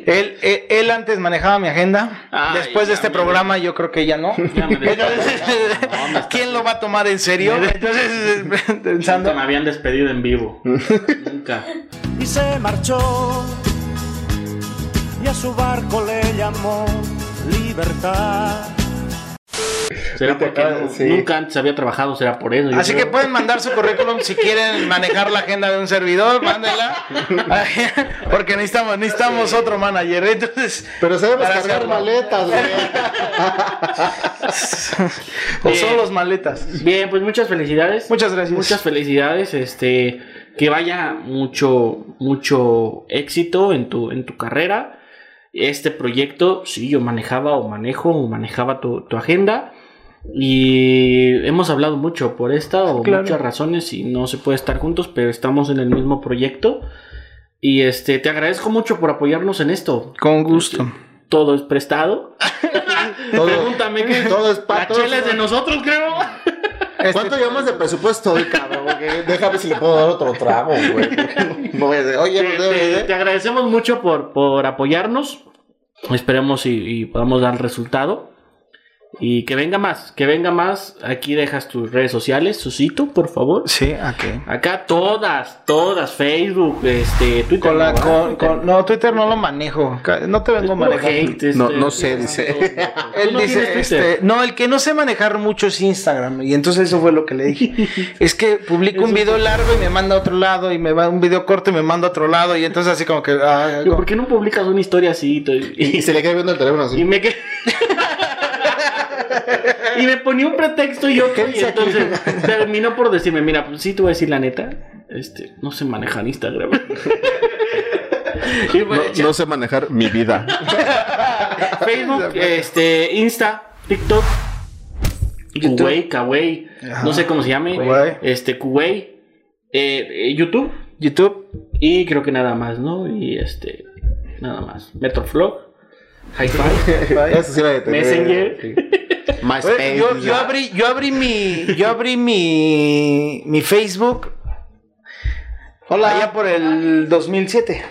Speaker 3: Él, él, él antes manejaba mi agenda.
Speaker 1: Ay,
Speaker 3: Después de
Speaker 1: ya
Speaker 3: este
Speaker 1: me-
Speaker 3: programa, yo creo que ya no.
Speaker 1: Ya me
Speaker 3: Entonces,
Speaker 1: despertaron. No, me
Speaker 3: ¿quién lo va a tomar en serio? Entonces, (laughs)
Speaker 1: Nunca
Speaker 3: pensando.
Speaker 1: me habían despedido en
Speaker 3: (laughs)
Speaker 1: vivo. Nunca.
Speaker 8: y se marchó y a su barco le llamó libertad.
Speaker 1: Será porque
Speaker 2: Ah,
Speaker 1: no-
Speaker 2: sí.
Speaker 1: nunca antes había trabajado, será por eso. yo
Speaker 3: Así que pues,
Speaker 1: creo.
Speaker 3: pueden mandar su currículum si quieren manejar la agenda de un servidor, mándenla.
Speaker 1: (laughs)
Speaker 3: Porque necesitamos, necesitamos otro manager.
Speaker 1: (laughs)
Speaker 3: Entonces,
Speaker 2: Pero sabemos
Speaker 3: Para
Speaker 2: cargar
Speaker 3: hacerlo.
Speaker 2: maletas, güey.
Speaker 3: o son los maletas.
Speaker 1: Bien, pues muchas felicidades.
Speaker 3: Muchas gracias.
Speaker 1: Eh, Muchas felicidades, este, que vaya mucho, mucho éxito en tu, en tu carrera. Este proyecto, sí, yo manejaba o manejo o manejaba tu, tu agenda. Y hemos hablado mucho por esta o
Speaker 3: Claro.
Speaker 1: muchas razones y no se puede estar juntos, pero estamos en el mismo proyecto. Y este, te agradezco mucho por apoyarnos en esto.
Speaker 3: Con gusto.
Speaker 1: Todo es prestado.
Speaker 2: Todo,
Speaker 1: Pregúntame que
Speaker 2: todo es
Speaker 1: la
Speaker 2: pato.
Speaker 1: chela es de nosotros, creo.
Speaker 2: ¿Cuánto llevamos de presupuesto hoy, cabrón? Porque déjame si le puedo dar otro trago, güey. No (laughs) voy a decir, oye,
Speaker 3: Pues
Speaker 1: te,
Speaker 2: no debe
Speaker 1: te-
Speaker 2: de-
Speaker 1: te agradecemos mucho por, por apoyarnos. Esperemos y, y podamos dar resultado. Y que venga más, que venga más. Aquí dejas tus redes sociales, Susito, por favor.
Speaker 3: Sí, ¿a qué?
Speaker 1: Acá todas, todas, Facebook, este, Twitter.
Speaker 3: Con la,
Speaker 1: ¿no?
Speaker 3: con, con- no, Twitter no lo manejo. Ca- No te vengo
Speaker 1: Puro
Speaker 3: manejando.
Speaker 1: hate, este,
Speaker 2: No- no sé, dice.
Speaker 1: Tú
Speaker 3: Él
Speaker 1: no
Speaker 3: dice,
Speaker 1: tienes Twitter.
Speaker 3: este, no, el que no sé manejar mucho es Instagram. Y entonces eso fue lo que le
Speaker 1: (laughs)
Speaker 3: dije. es que publico un video largo y me manda a otro lado. Y me va un video corto y me manda a otro lado. Y entonces así como que... ah,
Speaker 1: Digo, ¿Por qué no publicas una historia así? Y,
Speaker 2: Y se le cae viendo el teléfono así.
Speaker 1: y me que- y me ponía un pretexto y yo y entonces terminó por decirme, mira, pues sí te voy a decir la neta, este, no sé manejar Instagram.
Speaker 2: (laughs)
Speaker 1: Y pues,
Speaker 2: No,
Speaker 1: bueno, ya,
Speaker 2: no sé manejar mi vida. (laughs)
Speaker 1: Facebook, este, Insta, TikTok, Kuwait, Kawaii,
Speaker 3: Ajá.
Speaker 1: no sé cómo se llame,
Speaker 3: Kuwait.
Speaker 1: este, Kuwait, eh, eh, YouTube
Speaker 3: YouTube.
Speaker 1: y creo que nada más, ¿no? Y este, nada más, Metroflog,
Speaker 2: (laughs)
Speaker 1: Hi-Fi,
Speaker 2: Eso sí la detecté.
Speaker 1: Messenger.
Speaker 2: MySpace.
Speaker 3: Oye, Pues, yo, yo abrí, yo abrí mi, yo abrí mi, mi Facebook. Hola. Allá por el 2007.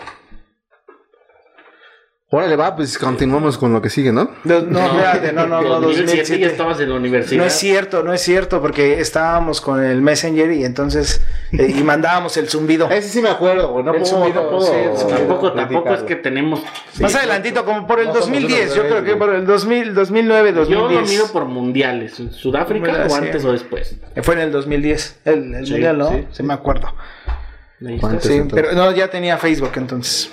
Speaker 2: Órale, va, pues continuamos con lo que sigue, ¿no?
Speaker 3: Do- no, espérate, no, no, (laughs) no,
Speaker 1: 2007 ya
Speaker 3: 2007.
Speaker 1: estabas en la universidad.
Speaker 3: No es cierto, no es cierto, porque estábamos con el Messenger y entonces eh, y mandábamos el zumbido.
Speaker 2: Ese sí me acuerdo, güey. No
Speaker 3: El
Speaker 2: puedo,
Speaker 3: zumbido,
Speaker 2: no puedo
Speaker 3: sí, el zumbido.
Speaker 1: Tampoco, tampoco es
Speaker 2: platicarlo.
Speaker 1: que tenemos.
Speaker 3: Más adelantito, como por el
Speaker 2: Más o menos
Speaker 3: 2010, yo
Speaker 2: de
Speaker 3: creo que
Speaker 2: ahí,
Speaker 3: por el 2000, 2009,
Speaker 1: Yo lo
Speaker 3: 2010.
Speaker 1: mido por mundiales. ¿Sudáfrica
Speaker 3: Mira,
Speaker 1: o
Speaker 3: sí.
Speaker 1: antes o después?
Speaker 3: Eh, Fue en el 2010, el, el
Speaker 1: Sí,
Speaker 3: mundial, ¿no?
Speaker 1: sí,
Speaker 3: Sí, me acuerdo.
Speaker 1: Ahí está.
Speaker 2: ¿Cuántos
Speaker 3: Sí,
Speaker 2: entonces?
Speaker 3: pero no, ya tenía Facebook entonces.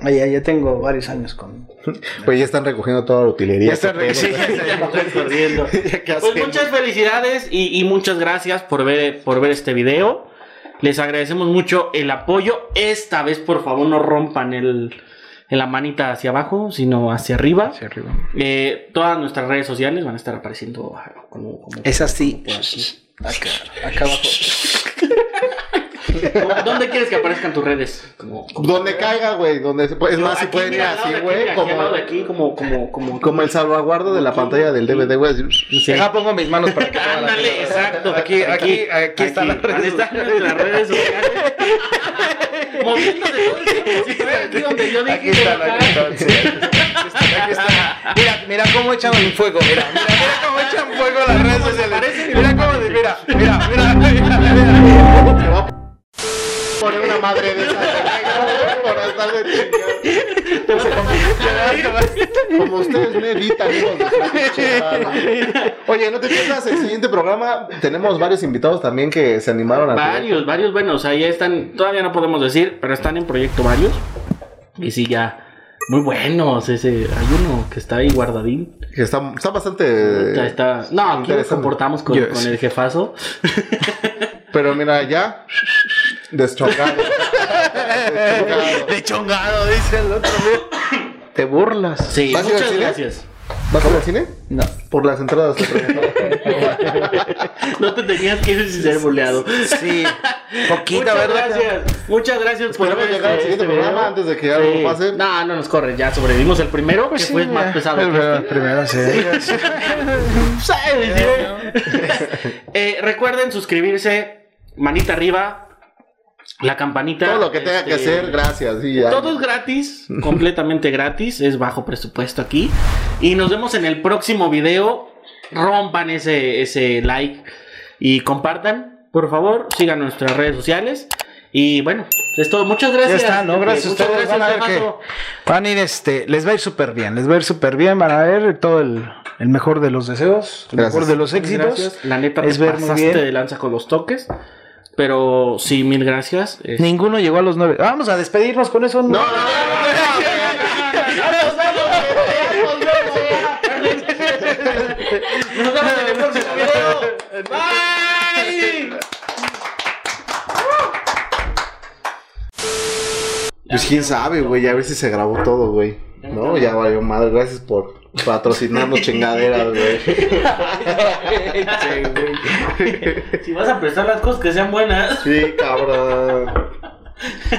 Speaker 3: Ay, ya, ya tengo varios años con...
Speaker 2: Pues ya están recogiendo toda la utilería.
Speaker 3: Ya está re- sí, ya está-
Speaker 1: Ya me estoy
Speaker 3: (laughs)
Speaker 1: corriendo.
Speaker 2: ¿Qué
Speaker 1: Pues
Speaker 2: hacemos?
Speaker 1: muchas felicidades y, y muchas gracias por ver, por ver este video. Les agradecemos mucho el apoyo. Esta vez, por favor, no rompan el, la manita hacia abajo, sino hacia arriba.
Speaker 3: Hacia arriba.
Speaker 1: Eh, todas nuestras redes sociales van a estar apareciendo ah, como- como
Speaker 3: Es así.
Speaker 1: por aquí.
Speaker 3: Acá,
Speaker 2: (laughs)
Speaker 3: acá abajo.
Speaker 1: ¿Dónde quieres que aparezcan tus redes? Como,
Speaker 2: Donde caiga, güey. Donde se puede- Es más, si
Speaker 1: Aquí,
Speaker 2: pueden ir
Speaker 1: mira, al
Speaker 2: así,
Speaker 1: lado de aquí,
Speaker 2: güey.
Speaker 1: aquí, al
Speaker 2: Como,
Speaker 1: lado de aquí, como, como, como,
Speaker 2: como el salvaguardo de la pantalla del DVD, güey. así.
Speaker 1: Sí.
Speaker 3: Acá pongo mis manos para que... toda la
Speaker 1: Ándale,
Speaker 3: gente-
Speaker 1: exacto.
Speaker 3: Aquí, aquí, aquí están las
Speaker 1: Ahí
Speaker 3: redes.
Speaker 1: están nuestras redes sociales.
Speaker 2: (laughs)
Speaker 1: Moviéndose todo el tiempo. Sí, fue aquí donde yo dije
Speaker 3: Aquí
Speaker 1: que
Speaker 3: están,
Speaker 1: acá.
Speaker 3: aquí están, sí. Aquí están, aquí están. Mira, mira cómo echan el fuego, mira, mira, mira cómo echan fuego las redes sociales. Mira cómo, mira, mira, mira, mira, mira.
Speaker 2: Poner una madre de esas, güey, por estar de chingada. Como ustedes me editan, hijos de su pinche madre. Oye, no te pierdas el siguiente programa. Tenemos varios invitados también que se animaron a
Speaker 1: Varios, varios, bueno, o sea, ya están, todavía no podemos decir, pero están en proyecto varios. Y sí, ya, Muy buenos ese. Hay uno que está ahí guardadín.
Speaker 2: Que Está, está bastante.
Speaker 1: Está- está- No, aquí nos
Speaker 2: Eh, interesante.
Speaker 1: comportamos con,
Speaker 3: Yes.
Speaker 1: con el jefazo.
Speaker 2: Pero mira, ya. Deschongado. Deschongado.
Speaker 3: De chongado, dice el otro. güey. Te burlas.
Speaker 1: Sí,
Speaker 2: ¿Vas a ir al
Speaker 1: muchas
Speaker 2: cine?
Speaker 1: gracias.
Speaker 2: ¿Vas a ir al cine?
Speaker 3: No.
Speaker 2: Por las entradas. te preguntaba.
Speaker 1: No te tenías que ir sin ser boleado.
Speaker 3: Sí. Poquita,
Speaker 1: Muchas
Speaker 3: ¿verdad?
Speaker 1: gracias. Muchas gracias por
Speaker 2: Esperemos
Speaker 1: ver
Speaker 2: llegar al
Speaker 1: este-
Speaker 2: siguiente
Speaker 1: este
Speaker 2: programa
Speaker 1: video.
Speaker 2: antes de que algo pase.
Speaker 1: No, no nos corre. Ya sobrevivimos el primero, que fue el más pesado.
Speaker 3: El, el (laughs) primero, sí.
Speaker 1: (laughs) ¿Sabes, tío? Eh, recuerden suscribirse, manita arriba, la campanita.
Speaker 2: Todo lo que tenga que
Speaker 1: este,
Speaker 2: hacer, gracias. sí, ya.
Speaker 1: Todo es
Speaker 3: (laughs)
Speaker 1: gratis, completamente gratis, es bajo presupuesto aquí. Y nos vemos en el próximo video. Rompan ese, ese like y compartan, por favor. Sigan nuestras redes sociales. Y bueno, es todo. Muchas
Speaker 3: Ya
Speaker 1: gracias.
Speaker 3: está, ¿no?
Speaker 1: Pepe.
Speaker 3: Gracias a
Speaker 1: Muchas
Speaker 3: ustedes. Van a ver
Speaker 1: gracias,
Speaker 3: que
Speaker 1: Temazo.
Speaker 3: van a ir, este, les va a ir súper bien. Les va a ir súper bien. Van a ver todo el, el mejor de los deseos, el
Speaker 2: Gracias.
Speaker 3: mejor de los éxitos.
Speaker 1: Gracias. La neta,
Speaker 3: Es
Speaker 1: te
Speaker 3: ver muy
Speaker 1: pasaste
Speaker 3: bien.
Speaker 1: de lanza con los toques. Pero sí, mil gracias. Eh,
Speaker 3: Ninguno llegó a los nueve. Vamos a despedirnos con eso. No,
Speaker 1: (laughs) Nos vemos en el próximo video. Bye.
Speaker 2: Pues quién sabe, güey. A ver si se grabó todo, güey. No, ya valió madre. Gracias por
Speaker 1: (laughs)
Speaker 2: patrocinarnos chingaderas, güey.
Speaker 1: Si vas a prestar las cosas que sean buenas.
Speaker 2: Sí, cabrón.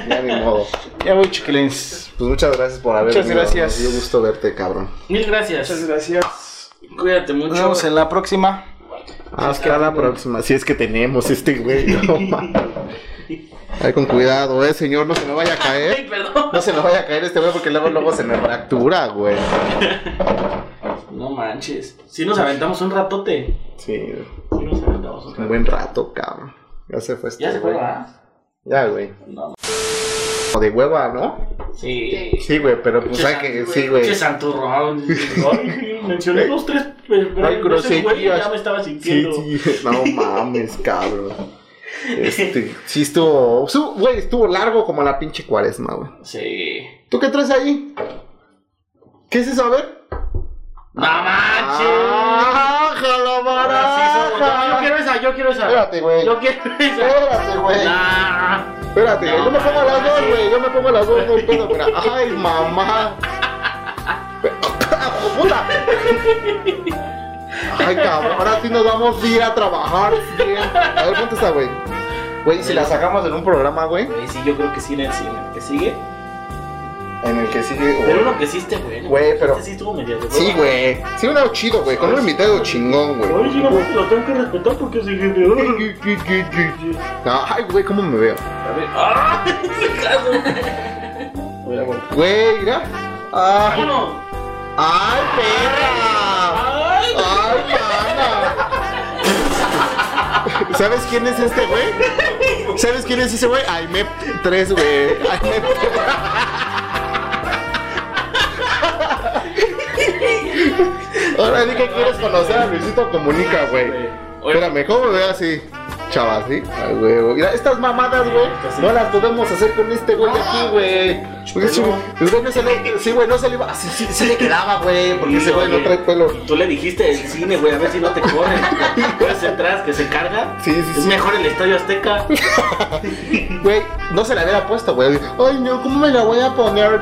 Speaker 2: Ya ni modo.
Speaker 3: Ya voy, chiquilines.
Speaker 2: Pues muchas gracias por haber
Speaker 3: Muchas
Speaker 2: venido.
Speaker 3: gracias.
Speaker 2: Nos dio gusto verte, cabrón.
Speaker 1: Mil gracias.
Speaker 3: gracias.
Speaker 1: Cuídate mucho.
Speaker 3: Nos vemos en la próxima.
Speaker 2: Hasta la próxima. Si es que tenemos este güey.
Speaker 3: (laughs)
Speaker 2: no mames. Ay, con cuidado, eh, señor. No se me vaya a
Speaker 1: Ay,
Speaker 2: caer.
Speaker 1: perdón.
Speaker 2: No se me vaya a caer este güey porque luego, luego se me fractura, güey.
Speaker 1: No manches. Si nos aventamos un ratote.
Speaker 2: Sí,
Speaker 1: Si nos aventamos un
Speaker 2: un
Speaker 1: ratote.
Speaker 2: buen rato, cabrón. Ya se fue este
Speaker 1: Ya se fue,
Speaker 2: güey.
Speaker 1: ¿verdad?
Speaker 2: Ya, güey.
Speaker 1: No.
Speaker 2: O de hueva, ¿no?
Speaker 1: Sí.
Speaker 2: Sí, güey, pero pues hay que. Sí, güey.
Speaker 1: Che (laughs) santurrón. Ay, Mencioné dos, tres. Pero
Speaker 2: Ay, groserías.
Speaker 1: ya me estaba
Speaker 2: Sí,
Speaker 1: sintiendo.
Speaker 2: sí, no mames, (laughs) cabrón.
Speaker 1: (laughs)
Speaker 2: Este, sí estuvo, estuvo- güey, estuvo largo como la pinche cuaresma, güey.
Speaker 1: Sí.
Speaker 2: ¿Tú qué traes ahí? ¿Qué es eso? A ver.
Speaker 1: ¡No manches!
Speaker 2: Ah, ¡Bájalo,
Speaker 1: Ahora sí somos- Yo quiero esa, yo quiero esa.
Speaker 2: Espérate, güey.
Speaker 1: Yo quiero esa. Ah.
Speaker 2: Espérate, güey.
Speaker 1: Nah.
Speaker 2: Espérate, güey, yo me pongo a las dos, güey. Yo me pongo a las dos, no hay pedo, mira. Ay, mamá. ¡Puta! Ay, cabrón, ahora sí nos vamos a ir a trabajar. bien. A ver, ponte esa, güey. Güey, si la sacamos en un programa, güey,
Speaker 1: Güey, Sí, yo creo que sí en el cine. ¿Que sigue?
Speaker 2: en el que sigue.
Speaker 1: Pero uno que sí esté bueno.
Speaker 2: Güey, pero-
Speaker 1: Este sí estuvo medio de
Speaker 2: Sí,
Speaker 1: hueva.
Speaker 2: güey. Sí, un chido, güey. Con un invitado chingón, güey.
Speaker 1: Oye, yo lo tengo que respetar porque es ingeniero.
Speaker 2: No, ay, güey, ¿cómo me veo?
Speaker 1: A ver. ¡Ah! ¡Se cago!
Speaker 2: Güey, mira. Ay,
Speaker 1: ¡Vámonos!
Speaker 2: ay, perra.
Speaker 1: ¡Ay!
Speaker 2: ¡Ay, pana! ¿Sabes quién es este güey? ¿Sabes quién es ese güey? Aime 3, güey. Aime 3. Ahora di que quieres conocer a Luisito Comunica, güey.
Speaker 1: Oye.
Speaker 2: Espérame, ¿cómo me veo así? Chava, ¿sí? Ay, güey. Mira, estas mamadas, güey, no las podemos hacer con este güey aquí, güey. Porque ese güey- el güey no se le... Sí, güey, no se le iba... Sí, sí, sí le quedaba, güey, (laughs) porque ese güey no trae pelo.
Speaker 1: Tú le dijiste el cine, güey, a ver si no te
Speaker 2: (laughs)
Speaker 1: corren. ¿Puedes entrar? ¿Que se carga?
Speaker 2: Sí, sí,
Speaker 1: Es
Speaker 2: sí.
Speaker 1: mejor el Estadio Azteca.
Speaker 2: Güey, no se la hubiera puesto, güey. Ay, no, ¿cómo me la voy a poner?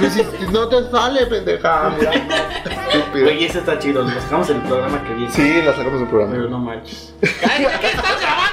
Speaker 2: Y si- si No te sale, pendeja. (laughs) mira. Estúpido.
Speaker 1: Güey, ese está chido. Lo sacamos en el programa que viene.
Speaker 2: Sí, la sacamos del programa.
Speaker 1: Pero no manches. ¡Ay, qué estás grabando!